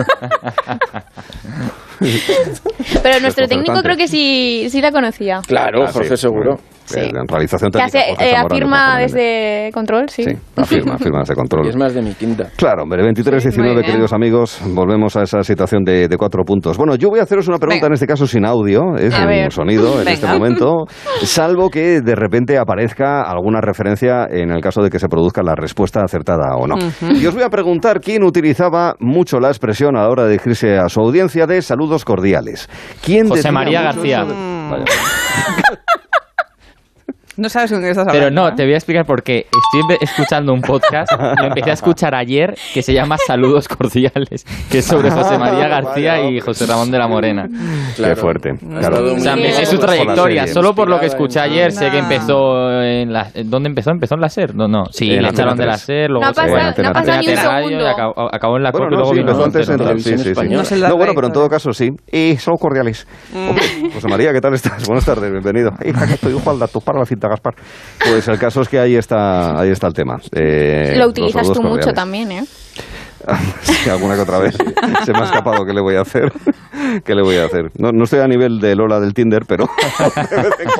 Pero nuestro
Es
técnico
concertante.
creo que sí, sí la conocía.
Claro,
Ah, sí,
Jorge, seguro.
Eh, En realización
Que
técnica.
hace-
Jorge
eh,
Zamorano,
afirma
Jorge Jiménez.
desde control, sí.
Sí, afirma, afirma ese control.
Y es más de mi quinta.
Claro, hombre, 23,
Sí, muy
19,
bien.
queridos amigos, volvemos a esa situación de, de cuatro puntos. Bueno, yo voy a haceros una pregunta, en este caso sin audio, es
A
un
ver.
sonido en
Venga.
este momento, salvo que de repente aparezca alguna referencia en el caso de que se produzca la respuesta acertada o no.
Ujú.
Y os voy a preguntar quién utilizaba mucho la expresión a la hora de dirigirse a su audiencia de saludos cordiales. ¿Quién
José
decía
María
mucho
García.
eso de- Vaya.
No sabes con qué estás hablando. ¿eh?
Pero no, te voy a explicar por qué. Estoy ve- escuchando un podcast, lo empecé a escuchar ayer, que se llama Saludos Cordiales, que es sobre
Ah,
José María García y José Ramón de la Morena.
Qué fuerte. Claro.
O sea, me sé su trayectoria. Solo por lo que escuché ayer, sé
Ah.
que
Anda.
empezó en la... ¿Dónde empezó? ¿Empezó en la SER? No, no. Sí,
En
le
Antena
echaron de la
tres.
SER, luego
No ha
se fue
pasado-
a Antena
no ha pasado
tres,
ni un
radio, y
segundo.
acabó, acabó en la
Bueno,
COPE,
no,
luego
sí,
vino
empezó antes
Antena
en
tres.
sí, sí, sí. No, Mm. bueno, pero en todo caso sí. Y solo cordiales. Hombre, José María, ¿qué tal estás? Buenas tardes, bienvenido. Hija, que estoy ojo al dato para la cinta, Gaspar. Pues el caso es que ahí está, ahí está el tema. Eh,
Lo
los
utilizas
saludos
tú mucho
cordiales.
también, ¿eh?
Sí, alguna que otra vez. Se me ha escapado. ¿Qué le voy a hacer? ¿Qué le voy a hacer? No, no estoy a nivel de Lola del Tinder, pero...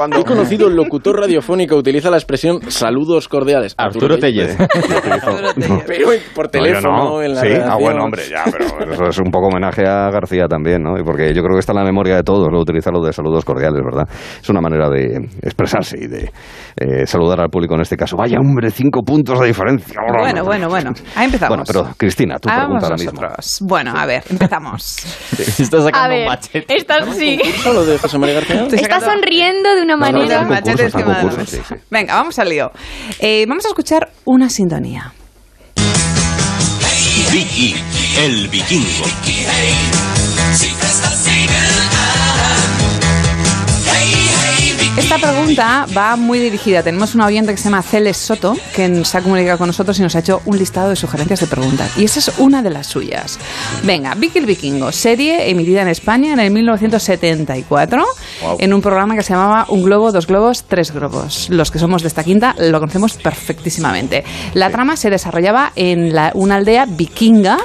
Un conocido locutor radiofónico utiliza la expresión saludos cordiales.
Arturo Tellez.
Pero en- por
No, yo
teléfono,
no.
en la
Sí, ah,
redacción.
bueno, hombre, ya, pero eso es un poco homenaje a García también, ¿no? Y Porque yo creo que está en la memoria de todos, lo utilizar lo de saludos cordiales, ¿verdad? Es una manera de expresarse y de eh, saludar al público en este caso. Vaya, hombre, cinco puntos de diferencia.
Bueno, bueno, bueno. Ahí empezamos.
Bueno, pero Cristina, tu
Ah,
pregunta ahora
vamos
mismo.
nosotros. Bueno, a ver, empezamos.
Estás
A ver, estás, sí.
Solo de José María García.
Estoy
Estás
sacando-
sonriendo de una
No, no,
manera.
están concursos, están concursos, sí, sí. Venga, vamos al lío. Eh, vamos a escuchar una sintonía.
Vicky, el vikingo.
Esta pregunta va muy dirigida. Tenemos una oyente que se llama Celes Soto, que se ha comunicado con nosotros y nos ha hecho un listado de sugerencias de preguntas. Y esa es una de las suyas. Venga, Vicky el Vikingo, serie emitida en España en el 1974,
Guau.
en un programa que se llamaba Un globo, dos globos, tres globos. Los que somos de esta quinta lo conocemos perfectísimamente. La trama se desarrollaba en la- una aldea vikinga,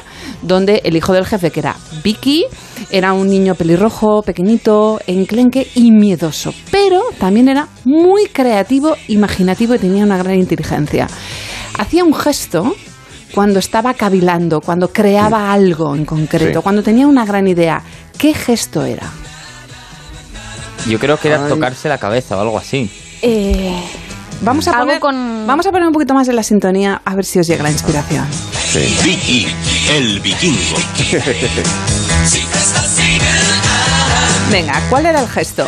donde el hijo del jefe, que era Vicky, era un niño pelirrojo, pequeñito, enclenque y miedoso, pero también era muy creativo, imaginativo y tenía una gran inteligencia. Hacía un gesto cuando estaba cavilando, cuando creaba algo en concreto,
Sí.
cuando tenía una gran idea. ¿Qué gesto era?
Yo creo que era tocarse la cabeza o algo así.
Eh,
vamos, a poner, vamos a poner un poquito más de la sintonía a ver si os llega la inspiración.
Vicky, el vikingo.
Venga, ¿cuál era el gesto?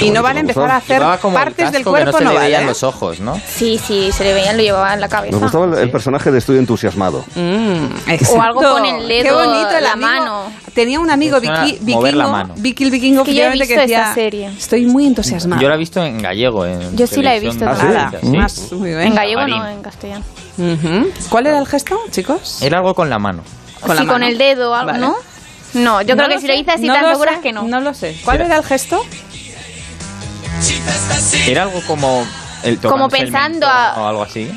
Y no vale empezar a hacer partes del cuerpo, no vale. ¿eh?
los ojos, ¿no?
Sí, sí, se le veían, lo llevaba en la cabeza.
Nos gustaba el, el personaje de estudio entusiasmado.
O algo con el
Mm, Qué
dedo,
bonito el
la
amigo.
mano.
Tenía un amigo
Suena
Vicky,
mover la
vikingo,
mano.
Vicky el vikingo
Que yo he
efectivamente,
visto
decía,
esta serie.
estoy muy entusiasmado.
Yo la he visto en gallego. en
Yo sí la he
televisión
visto doblada.
francesa,
Ah, más, muy bien.
En gallego
Marín.
no, en castellano.
Ujú. ¿Cuál era el gesto, chicos?
Era algo con la mano.
Con la
sí, con
mano.
el dedo, algo,
Vale.
¿no? No, yo
No
creo que
lo
si lo
sé,
hice así
no
tan
lo
segura
sé,
que no. Eh,
No lo sé. ¿Cuál
Era-
era el gesto?
Era algo como... El
Como
tocarse el
pensando
mentón
a-
O algo así.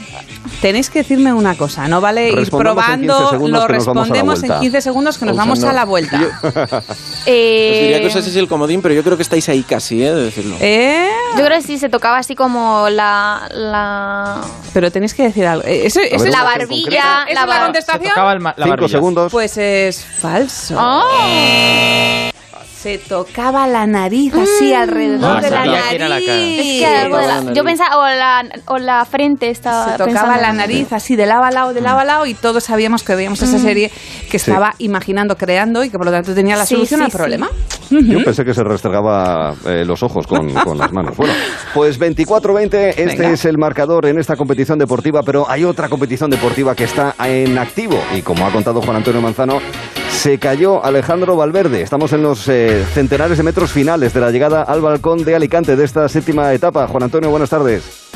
Tenéis que decirme una cosa, no vale ir
Respondamos en 15
probando,
segundos
lo
que nos vamos a la
respondemos en
vuelta.
15 segundos que nos
O sea,
vamos
no.
a la vuelta.
Os
Pues
diría que
Eh,
ese es el comodín, pero yo creo que estáis ahí casi, ¿eh? De decirlo.
Yo creo que sí se tocaba así como la. la...
Pero tenéis que decir algo. Eh, Eso,
La
eso-
barbilla, la
¿Esa es la
bar-
contestación?
Se tocaba el ma- la Cinco barbilla. segundos.
Pues es falso.
Ah.
Se tocaba la nariz así alrededor
Ah,
de la
sabía
nariz. Pues,
que era la cara.
Mm. Es que algo de la- yo pensaba, o la, o la frente estaba.
se tocaba
pensando.
la nariz así de lado a lado, de lado a lado, y todos sabíamos que veíamos esa
Mm.
serie que estaba imaginando, creando y que por lo tanto tenía la
Sí,
solución
sí,
al
sí.
problema.
Yo pensé que se restregaba eh, los ojos con, con las manos. Bueno, pues 24-20, este
Venga.
es el marcador en esta competición deportiva, pero hay otra competición deportiva que está en activo. Y como ha contado Juan Antonio Manzano, se cayó Alejandro Valverde. Estamos en los eh, centenares de metros finales de la llegada al balcón de Alicante de esta séptima etapa. Juan Antonio, buenas tardes.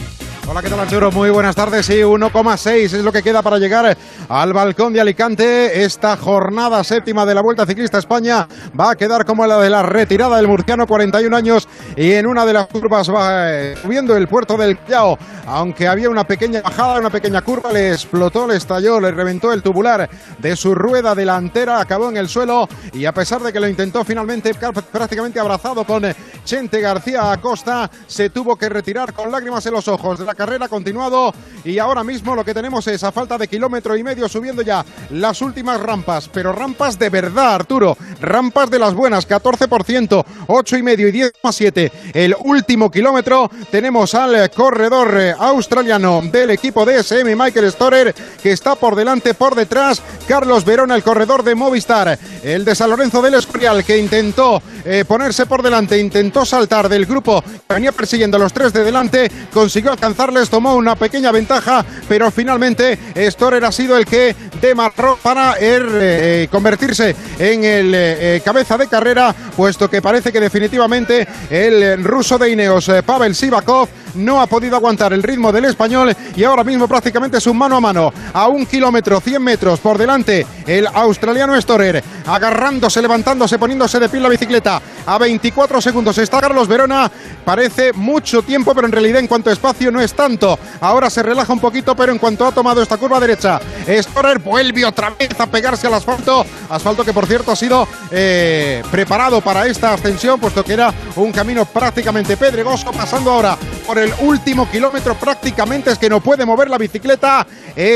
Hola, ¿qué tal Arturo? Muy buenas tardes. Sí, 1,6 es lo que queda para llegar al balcón de Alicante. Esta jornada séptima de la Vuelta Ciclista a España va a quedar como la de la retirada del murciano, 41 años, y en una de las curvas va eh, subiendo el puerto del Callao. Aunque había una pequeña bajada, una pequeña curva, le explotó, le estalló, le reventó el tubular de su rueda delantera, acabó en el suelo y a pesar de que lo intentó finalmente car- prácticamente abrazado con eh, Chente García Acosta, se tuvo que retirar con lágrimas en los ojos de la la carrera ha continuado y ahora mismo lo que tenemos es a falta de kilómetro y medio subiendo ya las últimas rampas, pero rampas de verdad, Arturo, rampas de las buenas, 14%, 8 y medio y 10,7. El último kilómetro tenemos al corredor eh, australiano del equipo DSM, Michael Storer, que está por delante, por detrás, Carlos Verona, el corredor de Movistar, el de San Lorenzo del Escorial, que intentó eh, ponerse por delante, intentó saltar del grupo que venía persiguiendo a los tres de delante, consiguió alcanzarles, tomó una pequeña ventaja, pero finalmente Storer ha sido el que demarró para er, eh, convertirse en el eh, eh, cabeza de carrera, puesto que parece que definitivamente el eh, ruso de Ineos, eh, Pavel Sivakov, no ha podido aguantar el ritmo del español y ahora mismo prácticamente es un mano a mano, a un kilómetro, 100 metros por delante, el australiano Storer, agarrándose, levantándose, poniéndose de pie en la bicicleta, a 24 segundos está Carlos Verona, parece mucho tiempo, pero en realidad en cuanto a espacio no es tanto, ahora se relaja un poquito, pero en cuanto ha tomado esta curva derecha, Storer vuelve otra vez a pegarse al asfalto, asfalto que por cierto ha sido eh, preparado para esta ascensión, puesto que era un camino prácticamente pedregoso, pasando ahora por el último kilómetro prácticamente es que no puede mover la bicicleta.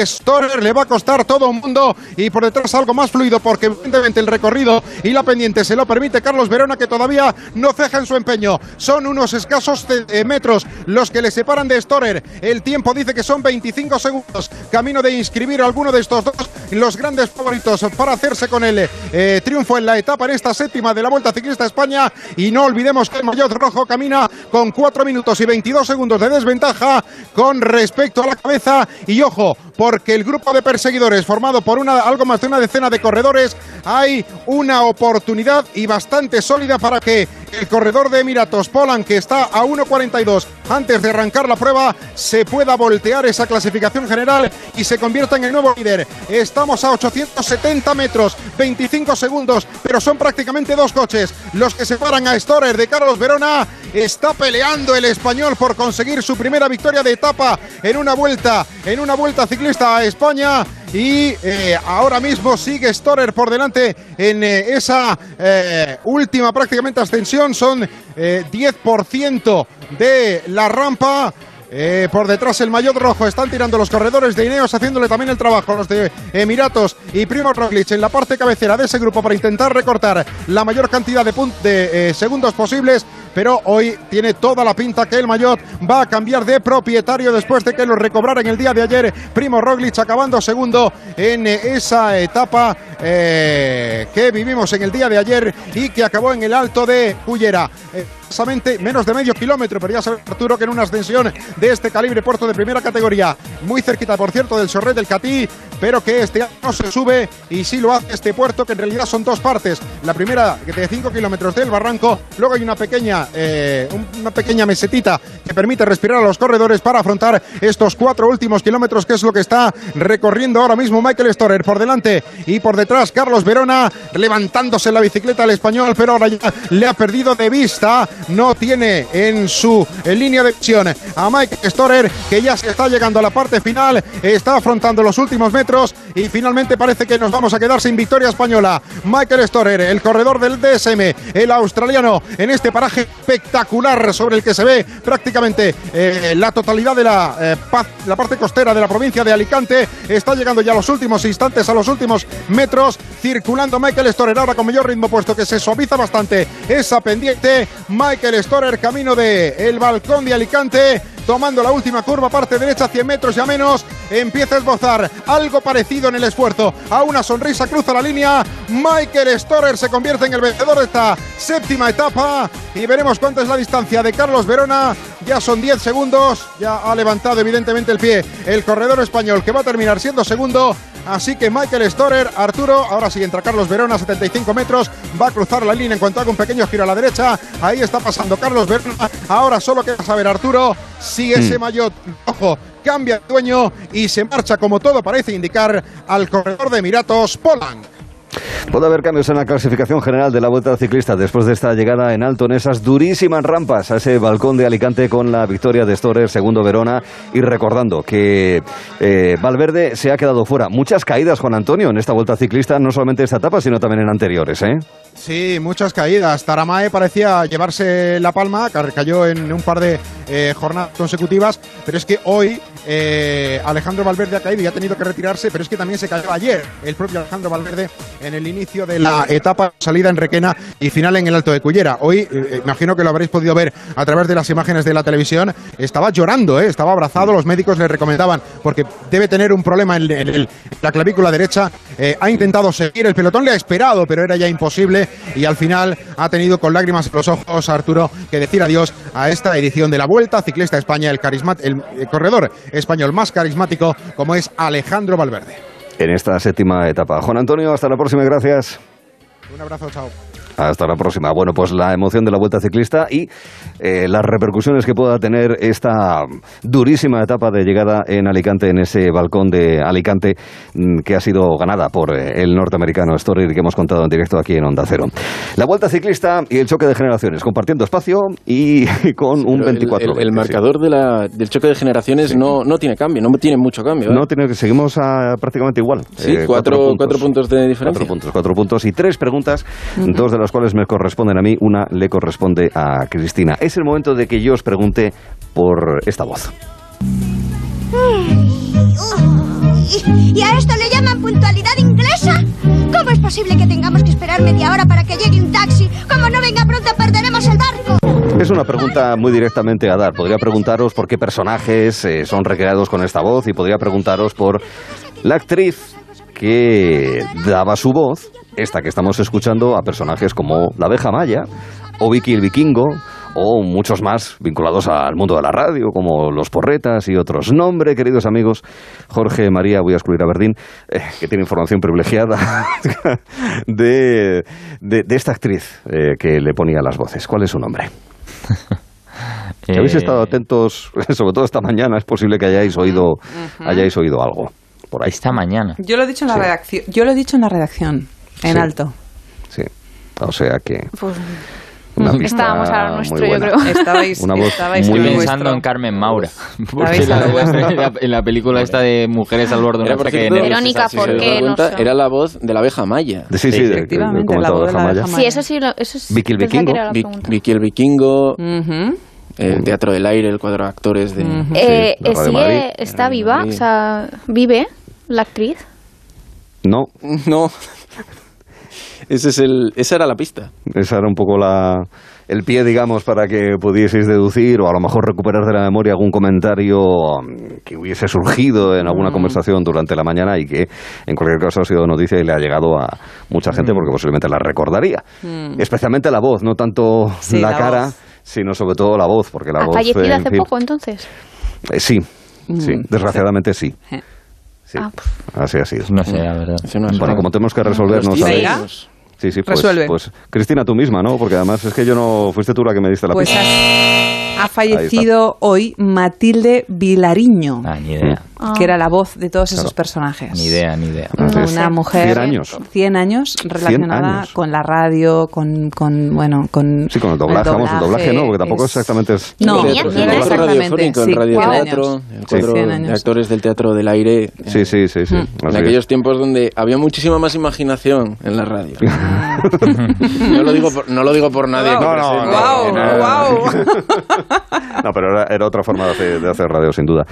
Storer le va a costar todo un mundo y por detrás algo más fluido porque evidentemente el recorrido y la pendiente se lo permite Carlos Verona que todavía no ceja en su empeño. Son unos escasos eh, metros los que le separan de Storer. El tiempo dice que son 25 segundos. Camino de inscribir a alguno de estos dos los grandes favoritos para hacerse con el eh, triunfo en la etapa en esta séptima de la Vuelta Ciclista a España. Y no olvidemos que el Mayotte Rojo camina con 4 minutos y 22 segundos de desventaja con respecto a la cabeza. Y ojo, porque el grupo de perseguidores formado por una, algo más de una decena de corredores, hay una oportunidad y bastante sólida para que el corredor de Emiratos, Polan, que está a 1.42 antes de arrancar la prueba, se pueda voltear esa clasificación general y se convierta en el nuevo líder. Estamos a 870 metros, 25 segundos, pero son prácticamente dos coches los que separan a Storer de Carlos Verona. Está peleando el español por conseguir su primera victoria de etapa en una vuelta, en una vuelta ciclista a España y eh, ahora mismo sigue Storer por delante en eh, esa eh, última prácticamente ascensión. Son eh, 10% de la rampa. Eh, por detrás el maillot rojo están tirando los corredores de Ineos, haciéndole también el trabajo los de Emiratos y Primo Roglic en la parte cabecera de ese grupo para intentar recortar la mayor cantidad de, punt- de eh, segundos posibles. Pero hoy tiene toda la pinta que el maillot va a cambiar de propietario después de que lo recobrara en el día de ayer. Primo Roglic acabando segundo en eh, esa etapa eh, que vivimos en el día de ayer y que acabó en el alto de Cullera. Eh, Precisamente menos de medio kilómetro, pero ya sabe Arturo que en una ascensión de este calibre puerto de primera categoría, muy cerquita por cierto del Sorret del Catí, pero que este año no se sube y sí lo hace este puerto que en realidad son dos partes, la primera de 5 kilómetros del barranco, luego hay una pequeña, eh, un- una pequeña mesetita que permite respirar a los corredores para afrontar estos cuatro últimos kilómetros que es lo que está recorriendo ahora mismo Michael Storer por delante y por detrás Carlos Verona levantándose la bicicleta al español, pero ahora ya le ha perdido de vista, no tiene en su eh, línea de visión a Mike Storer que ya se está llegando a la parte final, está afrontando los últimos metros y finalmente parece que nos vamos a quedar sin victoria española. Michael Storer, el corredor del DSM, el australiano en este paraje espectacular sobre el que se ve prácticamente eh, la totalidad de la, eh, paz- la parte costera de la provincia de Alicante, está llegando ya a los últimos instantes, a los últimos metros, circulando Michael Storer ahora con mayor ritmo puesto que se suaviza bastante esa pendiente. Michael Storer camino de el balcón de Alicante, tomando la última curva, parte derecha, 100 metros ya menos, empieza a esbozar algo parecido en el esfuerzo. A una sonrisa cruza la línea, Michael Storer se convierte en el vencedor de esta séptima etapa y veremos cuánta es la distancia de Carlos Verona. Ya son 10 segundos, ya ha levantado evidentemente el pie el corredor español que va a terminar siendo segundo. Así que Michael Storer, Arturo, ahora sí entra Carlos Verona, 75 metros, va a cruzar la línea en cuanto haga un pequeño giro a la derecha. Ahí está pasando Carlos Verona. Ahora solo queda saber, Arturo, si ese
Mm.
maillot rojo cambia de dueño y se marcha, como todo parece indicar, al corredor de Emiratos, Polan.
Puede haber cambios en la clasificación general de la Vuelta Ciclista después de esta llegada en alto en esas durísimas rampas a ese balcón de Alicante con la victoria de Storer, segundo Verona. Y recordando que eh, Valverde se ha quedado fuera. Muchas caídas, Juan Antonio, en esta Vuelta Ciclista, no solamente esta etapa, sino también en anteriores. ¿eh?
Sí, muchas caídas. Taramae parecía llevarse la palma, ca- cayó en un par de eh, jornadas consecutivas, pero es que hoy eh, Alejandro Valverde ha caído y ha tenido que retirarse, pero es que también se cayó ayer el propio Alejandro Valverde en el inicio de la etapa salida en Requena y final en el Alto de Cullera. Hoy, eh, imagino que lo habréis podido ver a través de las imágenes de la televisión, estaba llorando, eh, estaba abrazado, los médicos le recomendaban, porque debe tener un problema en, en el- la clavícula derecha, eh, ha intentado seguir, el pelotón le ha esperado, pero era ya imposible y al final ha tenido con lágrimas en los ojos a Arturo que decir adiós a esta edición de la Vuelta Ciclista a España, el, carisma- el eh, corredor español más carismático como es Alejandro Valverde.
En esta séptima etapa. Juan Antonio, hasta la próxima, y gracias.
Un abrazo, chao.
Hasta la próxima. Bueno, pues la emoción de la Vuelta Ciclista y eh, las repercusiones que pueda tener esta durísima etapa de llegada en Alicante, en ese balcón de Alicante mm, que ha sido ganada por eh, el norteamericano Story que hemos contado en directo aquí en Onda Cero. La Vuelta Ciclista y el choque de generaciones, compartiendo espacio y con un 24
El, el marcador de la- del choque de generaciones no, no tiene cambio, no tiene mucho cambio. ¿eh?
No, tiene que seguimos a prácticamente igual. eh,
Sí, cuatro- cuatro puntos de diferencia.
Cuatro puntos, cuatro puntos y tres preguntas, dos de las cuales me corresponden a mí, una le corresponde a Cristina. Es el momento de que yo os pregunte por esta voz.
¿Y a esto le llaman puntualidad inglesa? ¿Cómo es posible que tengamos que esperar media hora para que llegue un taxi? Como no venga pronto perderemos el barco.
Es una pregunta muy directamente a dar. Podría preguntaros por qué personajes eh, son recreados con esta voz y podría preguntaros por la actriz que daba su voz, esta que estamos escuchando, a personajes como la abeja maya o Vicky el vikingo o muchos más vinculados al mundo de la radio, como los porretas y otros. Nombre, queridos amigos, Jorge María, voy a excluir a Verdín, eh, que tiene información privilegiada de, de- de esta actriz eh, que le ponía las voces. ¿Cuál es su nombre? Si habéis
Eh,
estado atentos, sobre todo esta mañana, es posible que hayáis oído, hayáis oído algo. Por ahí.
Esta mañana.
Yo lo he dicho en la
Sí.
redacción. Yo lo he dicho en la redacción. En
Sí.
alto.
Sí. O sea que.
Pues,
Una pista
estábamos a lo
muy
nuestro, yo
buena.
creo. Estabais-
Una voz
estabais
muy
Muy
bien.
pensando en Carmen Maura. Porque
Estabais
la-
en lo vuestro.
en la- en la película esta de mujeres al borde de un
Era, por
ataque de
cierto,
nervios.
Verónica,
si se
¿por
os
qué
dais
no
cuenta,
son?
era la voz de la abeja maya.
Sí, sí, de- Efectivamente, que comentaba la voz de la abeja abeja maya.
Sí, eso sí, lo- eso sí.
Vicky el
pensaba que
Vikingo.
era la
Vic-
pregunta.
Vicky el Vikingo.
Ujú.
Mm.
El Teatro del Aire, el cuadro de actores de.
Eh, eh, sigue, está viva, o sea, vive la actriz.
No.
No. Ese es el, esa era la pista.
Esa era un poco la, el pie, digamos, para que pudieseis deducir o a lo mejor recuperar de la memoria algún comentario mm, que hubiese surgido en alguna conversación durante la mañana y que en cualquier caso ha sido noticia y le ha llegado a mucha gente porque posiblemente la recordaría. Especialmente la voz, no tanto
Sí,
la,
la
cara,
voz.
sino sobre todo la voz, porque la
Ha
voz...
fallecido
en
hace
fin,
poco, entonces.
eh, sí, sí,
Mm.
desgraciadamente sí. Sí,
Ah,
así ha sido.
No sé, la verdad.
Bueno, como tenemos que resolver, no
Los
sabéis.
Venga.
Sí, sí, pues,
Resuelve.
pues Cristina, tú misma, ¿no? Porque además es que yo no... Fuiste tú la que me diste la
Pues
pista.
Ha fallecido hoy Matilde Vilariño,
Ah, Ni
Mm.
idea.
que era la voz de todos
Claro.
esos personajes.
Ni idea, ni idea.
Una mujer.
100 años.
100 años relacionada
años.
con la radio, con, con, bueno, con.
Sí, con el doblaje, vamos, el doblaje no, porque tampoco
es-
exactamente es...
No,
El teatro,
Tenía
el
cien
teatro
años.
radiofónico, el
Sí, cien
radioteatro,
años.
el
Sí.
cuadro
Cien
de
años.
actores del Teatro del Aire. eh,
Sí, sí, sí, sí.
En
Mm.
Así
aquellos tiempos donde había muchísima más imaginación en la radio. no, lo digo por, no lo digo por nadie.
No,
que
no,
presente.
no, no, es. No, pero era, era otra forma de hacer, de hacer radio, sin duda.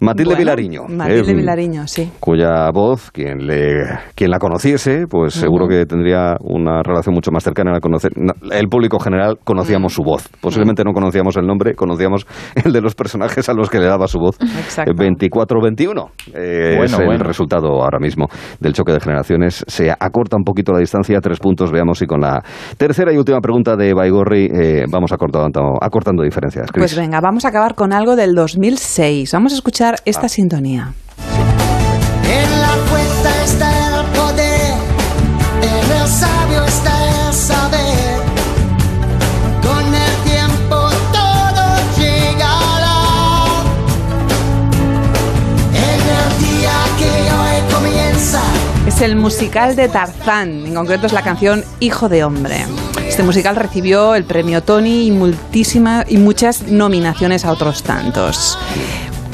Matilde
Bueno,
Vilariño.
Matilde
eh,
Vilariño, sí.
Cuya voz, quien, le, quien la conociese, pues seguro que tendría una relación mucho más cercana. al conocer, no, el público general conocíamos su voz. Posiblemente no conocíamos el nombre, conocíamos el de los personajes a los que le daba su voz.
Exacto.
24-21 eh,
Bueno,
es el
bueno.
resultado ahora mismo del choque de generaciones. Se acorta un poquito la distancia, tres puntos. Veamos si con la tercera y última pregunta de Baigorri eh, vamos acortando, acortando diferencias. Chris.
Pues venga, vamos a acabar con algo del 2006. Vamos a escuchar esta sintonía.
En la fuerza está el poder, en el sabio está el saber. Con el tiempo todo llegará. En el día que hoy comienza,
Es el musical de Tarzán, en concreto es la canción Hijo de Hombre. Este musical recibió el premio Tony y, multísimas y muchas nominaciones a otros tantos.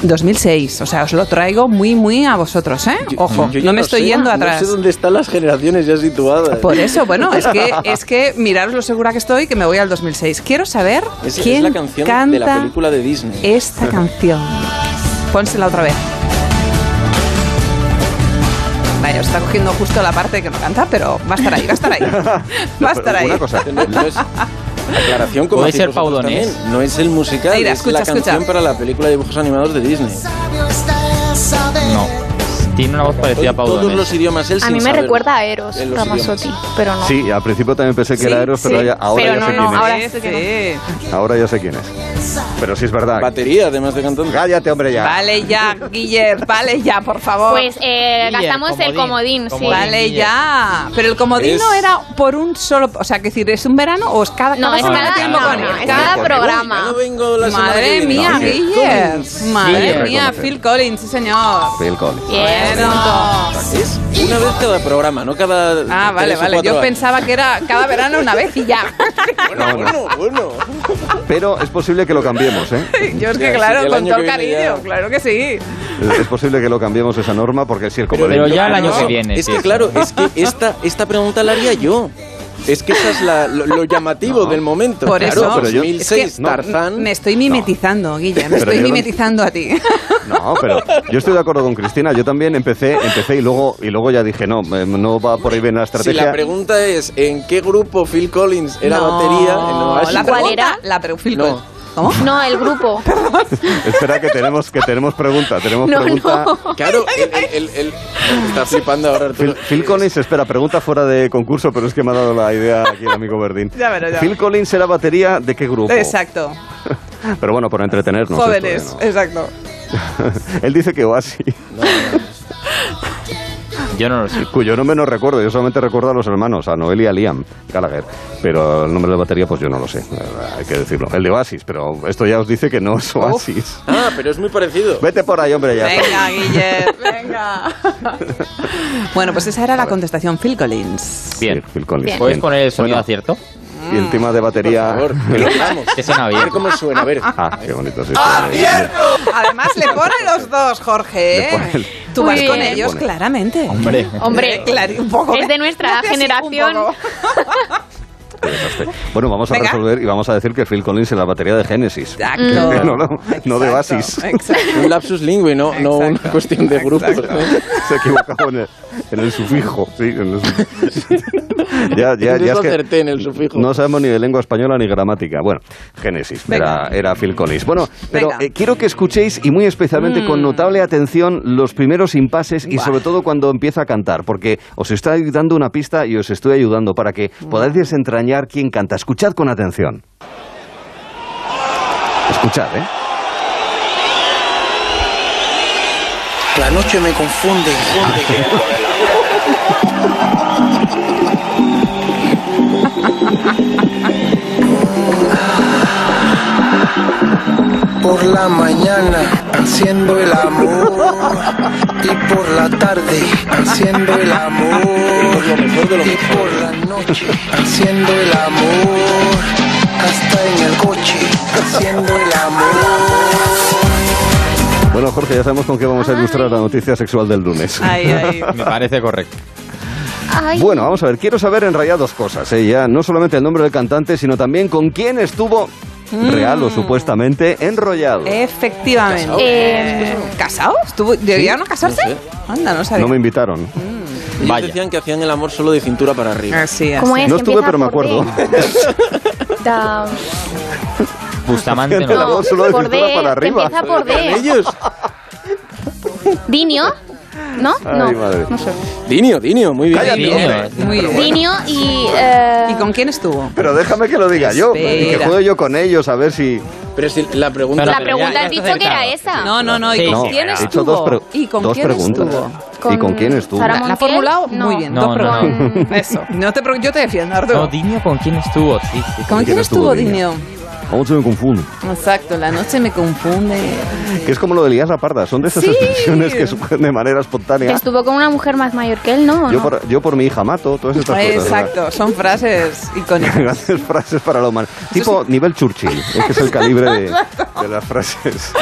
2006, o sea, os lo traigo muy, muy a vosotros, ¿eh? Ojo,
Yo ya
no me estoy
sé,
yendo atrás.
No sé dónde están las generaciones ya situadas.
Por eso, bueno, es que, es que miraros lo segura que estoy que me voy al 2006. Quiero saber
Es- es
quién
la canción
canta
de la película de Disney.
esta canción. Pónsela otra vez. Vaya, os está cogiendo justo la parte que no canta, pero va a estar ahí, va a estar ahí. Va a estar ahí.
Una cosa, no, no es aclaración como
Puede
hacéis
ser
vosotros
Paudonés.
también, No es el musical,
Mira,
es
escucha,
la canción
escucha.
para la película de dibujos animados de Disney.
No. Tiene una voz parecida a Paudonés.
Todos los idiomas él
A
sin
mí me
saberlo.
recuerda a Eros
En los
Ramazzotti, pero no.
Sí, al principio también pensé que
Sí,
era Eros, pero
sí.
ya- ahora
Pero
ya
no,
sé
no,
quién
ahora
es.
sí que
Ahora ya sé quién es. Pero sí es verdad.
Batería, además de cantante.
Cállate, hombre, ya.
Vale ya, Guiller, vale ya, por favor.
Pues eh, gastamos el comodín, sí.
Vale ya. Pero el comodín
Es-
no era por un solo, o sea, que decir, es un verano o es cada
No,
cada
es
semana
cada-
tiene un
no,
comodín?
no, es cada
Cada-
programa.
Ya no vengo la semana que
Madre
viene.
mía,
No, sí.
Guiller.
Collins.
Hay que
Madre mía,
reconocer.
Phil Collins, sí señor.
Phil Collins.
Bueno.
Es una vez cada programa, no cada.
Ah, vale,
tres o
vale.
cuatro
Yo
años.
pensaba que era cada verano una vez y ya.
No, no.
bueno.
Pero es posible que lo cambiemos, ¿eh?
Yo es que,
Ya, sí,
claro,
el
con
año
todo
que
el
viene
cariño, claro que sí.
Es posible que lo cambiemos esa norma porque sí, el
Pero-
comodín.
pero ya el año que
No,
viene,
Es
sí,
que,
sí.
claro, es que esta, esta pregunta la haría yo. Es que esa es la- lo, lo llamativo del momento.
Por
claro,
eso,
2006,
es que
Tarzán.
me estoy mimetizando, Guille, me
Pero
estoy
yo no-
mimetizando a ti.
No, pero yo estoy de acuerdo con Cristina. Yo también empecé, empecé y luego y luego ya dije, no, eh, no va por ahí bien la
Si la
estrategia.
pregunta es ¿en qué grupo Phil Collins era
No,
batería? No, así-
la
¿Cuál
pregunta-
era?
La pre- Phil
No.
Collins. ¿Cómo?
No, el grupo.
Espera que tenemos que tenemos pregunta, tenemos
No,
pregunta.
no.
Claro, el, el- el- el- está flipando ahora Arturo.
Phil, Phil Collins, espera, pregunta fuera de concurso, pero es que me ha dado la idea aquí el amigo Verdín.
Ya verás, ya.
Phil Collins era batería de qué grupo?
Exacto.
Pero bueno, por entretenernos. esto,
Jóvenes,
¿no?
exacto.
Él dice que Oasis,
Yo no lo sé.
cuyo nombre no recuerdo, yo solamente recuerdo a los hermanos, a Noel y a Liam Gallagher, pero el nombre de la batería pues yo no lo sé, eh, hay que decirlo. El de Oasis, pero esto ya os dice que no es Oasis.
Ah, pero es muy parecido.
Vete por ahí, hombre, ya.
Venga, Guille, venga. bueno, pues esa era la contestación, Phil Collins.
Bien.
Phil Collins.
Bien. Ah,
¿Puedes poner el sonido
Bueno.
acierto?
Y el tema de batería...
Por favor, lo vamos.
Que suena
A ver
bien.
cómo suena, a ver.
Ah, qué bonito. Sí,
Además, le ponen los dos, Jorge. ¿eh?
Le ponen-
Tú
Muy
vas con
bien.
ellos,
Le ponen.
claramente.
Hombre.
Eh,
Hombre,
Claro, un poco.
es de nuestra
Hazte así,
generación.
un poco.
Qué desastre. Bueno, vamos a
Venga.
resolver y vamos a decir que Phil Collins es la batería de Genesis.
Exacto.
No, no, no de
Exacto,
Oasis.
Exacto.
Un lapsus lingüe, no, no una cuestión de grupos.
Se ha equivocado en el, en el sufijo. Sí, en el sufijo. ya, ya,
En
ya
eso
es que
acerté, en el sufijo.
No sabemos ni de lengua española ni gramática. Bueno, Génesis,
Venga.
era, era Phil Collins. Bueno, pero
Venga. Mm.
eh, quiero que escuchéis y muy especialmente con notable atención los primeros impases y
Buah.
sobre todo cuando empieza a cantar, porque os estoy dando una pista y os estoy ayudando para que podáis desentrañar quién canta. Escuchad con atención. Escuchad, ¿eh?
La noche me confunde. Por la mañana haciendo el amor y por la tarde haciendo el amor y por la noche haciendo el amor hasta en el coche haciendo el amor.
Bueno, Jorge, ya sabemos con qué vamos a ilustrar la noticia sexual del lunes.
Ay, ay.
Me parece correcto.
Ay.
Bueno, vamos a ver, quiero saber en realidad dos cosas, ¿eh? ya no solamente el nombre del cantante, sino también con quién estuvo
Mm.
real o supuestamente enrollado.
Efectivamente.
Eh,
¿Casado? ¿Estuvo, ¿Debería no casarse?
no sé.
Anda, no sabía.
No me invitaron.
Ellos decían que hacían el amor solo de cintura para arriba.
Así, así.
¿Cómo es?
No
que
estuve,
empieza
pero me
por D?
acuerdo.
Da-
Bustamante
El
no.
amor solo de
por
cintura
D,
para
que
arriba.
empieza por
¿Con
D.
ellos?
Dinio, ¿no?
Ay,
no.
madre.
no sé.
Dinio, Dinio, muy bien.
Cállate,
Dinio.
hombre.
Muy bien.
Dinio y... eh,
¿Y con quién estuvo?
Pero déjame que lo diga yo, y que
Espera.
juegue yo con ellos, a ver si...
Pero si la pregunta...
La
Pero ya-
pregunta
ya
has
está
dicho que era
acertado.
esa.
No, no, no. ¿Y
Sí,
con
no,
quién
he
He hecho
estuvo?
dos, pre-
¿Y con
dos
quién
preguntas.
estuvo?
¿Y con quién estuvo?
Sara
La, la
Montiel?
ha formulado
No.
muy bien.
No,
dos
no, no.
preguntas. Eso. No te preocu- yo te defiendo, Arturo.
No, Dinio, ¿con quién estuvo? Sí, sí.
¿Con quién
quién
estuvo
estuvo
Dinio?
La noche me confunde.
Exacto, la noche me confunde.
Que es como lo de Elías la Parda. Son de esas
Sí.
expresiones que surgen de manera
Que
espontánea.
estuvo con una mujer más mayor que él, ¿no? ¿O
Yo
no?
por, yo por mi hija mato, todas estas cosas.
Exacto, son frases icónicas.
Grandes frases para la humanidad. Tipo nivel Churchill. Es que es el calibre de, de las frases.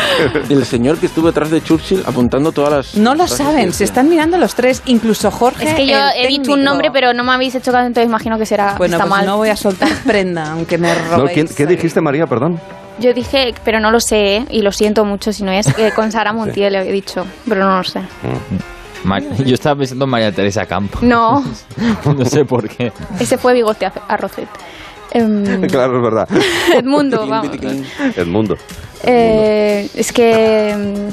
El señor que estuvo detrás de Churchill apuntando todas las...
No lo
frases
saben,
que
se están mirando los tres, incluso Jorge.
Es que yo
el
he dicho
técnico.
un nombre, pero no me habéis hecho caso, entonces imagino que será
Bueno,
está
pues
mal.
no voy a soltar prenda, aunque me
No,
robéis.
¿quién- ¿Qué dijiste, María? Perdón.
Yo dije, pero no lo sé, ¿eh? y lo siento mucho si no es, eh, con Sara Montiel he dicho, pero no lo sé.
Mm. Ma- Yo estaba pensando en María Teresa Campo.
No,
No sé por qué.
ese fue Bigote Ace- Arrocet. Em,
Claro, es verdad.
Edmundo, vamos.
Edmundo.
Eh, es que... em,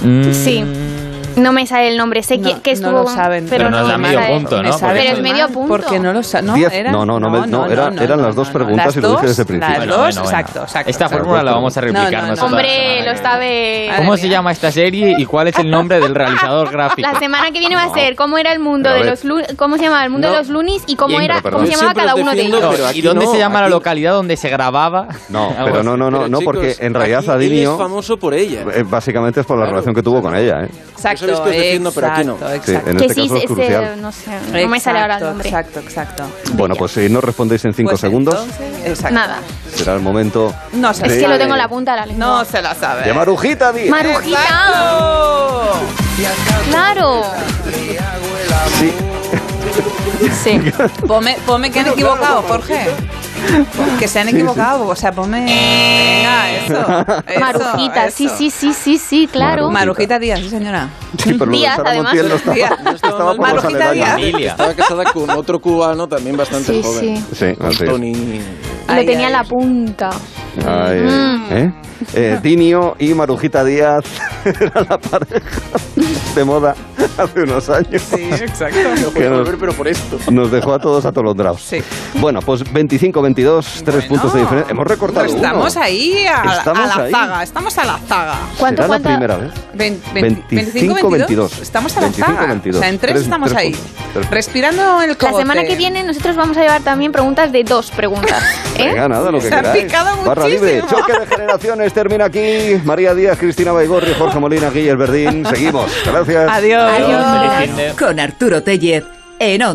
Mm.
Sí. No me sale el nombre, sé que, que
no
estuvo...
lo
con-
saben.
Pero no es
me
a medio
sale.
punto, ¿no?
Me
Por
sale. Pero
eso
es
digo.
medio punto.
Porque no lo sa- no,
Diez-
era-
no, no, no, me- no,
no,
era-
no,
eran
no,
las dos
no, no.
preguntas
Las
y lo dije
dos,
desde el principio.
Las dos, exacto, exacto.
Esta fórmula la vamos a replicar
No, no, no.
nosotros.
Hombre, lo sabe...
¿Cómo se llama esta serie y cuál es el nombre del realizador gráfico?
La semana que viene va a ser cómo era el mundo
Pero a
de
ver.
los lu- cómo se llamaba el mundo de
No.
los lunis y cómo
Bien,
era
pero
cómo se
perdón.
llamaba
Yo siempre
cada
los
uno de
defiendo,
ellos.
pero aquí ¿Y dónde se llama la localidad donde se grababa?
No, pero no, no, no,
Ah, Pero,
no porque
chicos,
en realidad
aquí él es
Zadinio.
famoso por ella.
eh, Básicamente es por la relación que tuvo con ella, ¿eh?
Exacto,
Yo sabéis que os defiendo, pero aquí no.
exacto,
Sí,
exacto.
en este caso es crucial.
eh, no sé, no me sale ahora el
Exacto,
nombre.
Exacto, exacto.
Bueno, pues si no respondéis en cinco
Pues
segundos,
entonces, exacto.
Nada.
será el momento.
No
Es
de-
que lo tengo en la punta de la lengua.
No se la sabe.
De Marujita, di.
Marujita. Claro.
Sí.
Sí. Ponme, ponme que han equivocado, Jorge. Que se han
Sí, sí.
equivocado, o sea, ponme. Venga, eso. eso,
Marujita, sí,
eso.
sí, sí, sí, sí, claro.
Marujita Díaz, sí, señora.
Sí, pero lo de
Díaz,
Sara
además.
Montiel no estaba-
Díaz.
no estaba por los
Marujita
aledaños.
Díaz.
Estaba casada con otro cubano también bastante
Sí,
joven.
sí.
Sí, así es.
Tony.
Lo tenía en la punta.
Ay,
Mm.
¿eh? Eh, Dinio y Marujita Díaz eran la pareja de moda hace unos años.
exacto. No
Que
puedo
nos-
volver, pero por esto.
Nos dejó a todos atolondrados. Bueno, pues 25-22, tres puntos de diferencia. Hemos recortado uno.
Estamos ahí a, la- a
Estamos
la
ahí.
zaga, estamos a la zaga.
¿Cuánto, Será la cuánta- primera vez.
Vein- vein-
25,
25, 22.
22.
Estamos a la
25,
zaga.
22.
O sea, en tres,
Tres-
estamos
tres
ahí.
puntos. Tres-
Respirando el
La
cogote.
semana que viene nosotros vamos a llevar también preguntas de dos preguntas. ¿eh?
Venga, nada, lo que
Se han
queráis.
picado
Barra libre,
muchísimo.
choque de generaciones, termina aquí. María Díaz, Cristina Baigorri, Jorge Molina, Guillermo Verdín. Seguimos. Gracias.
Con Arturo Tellez en Onda.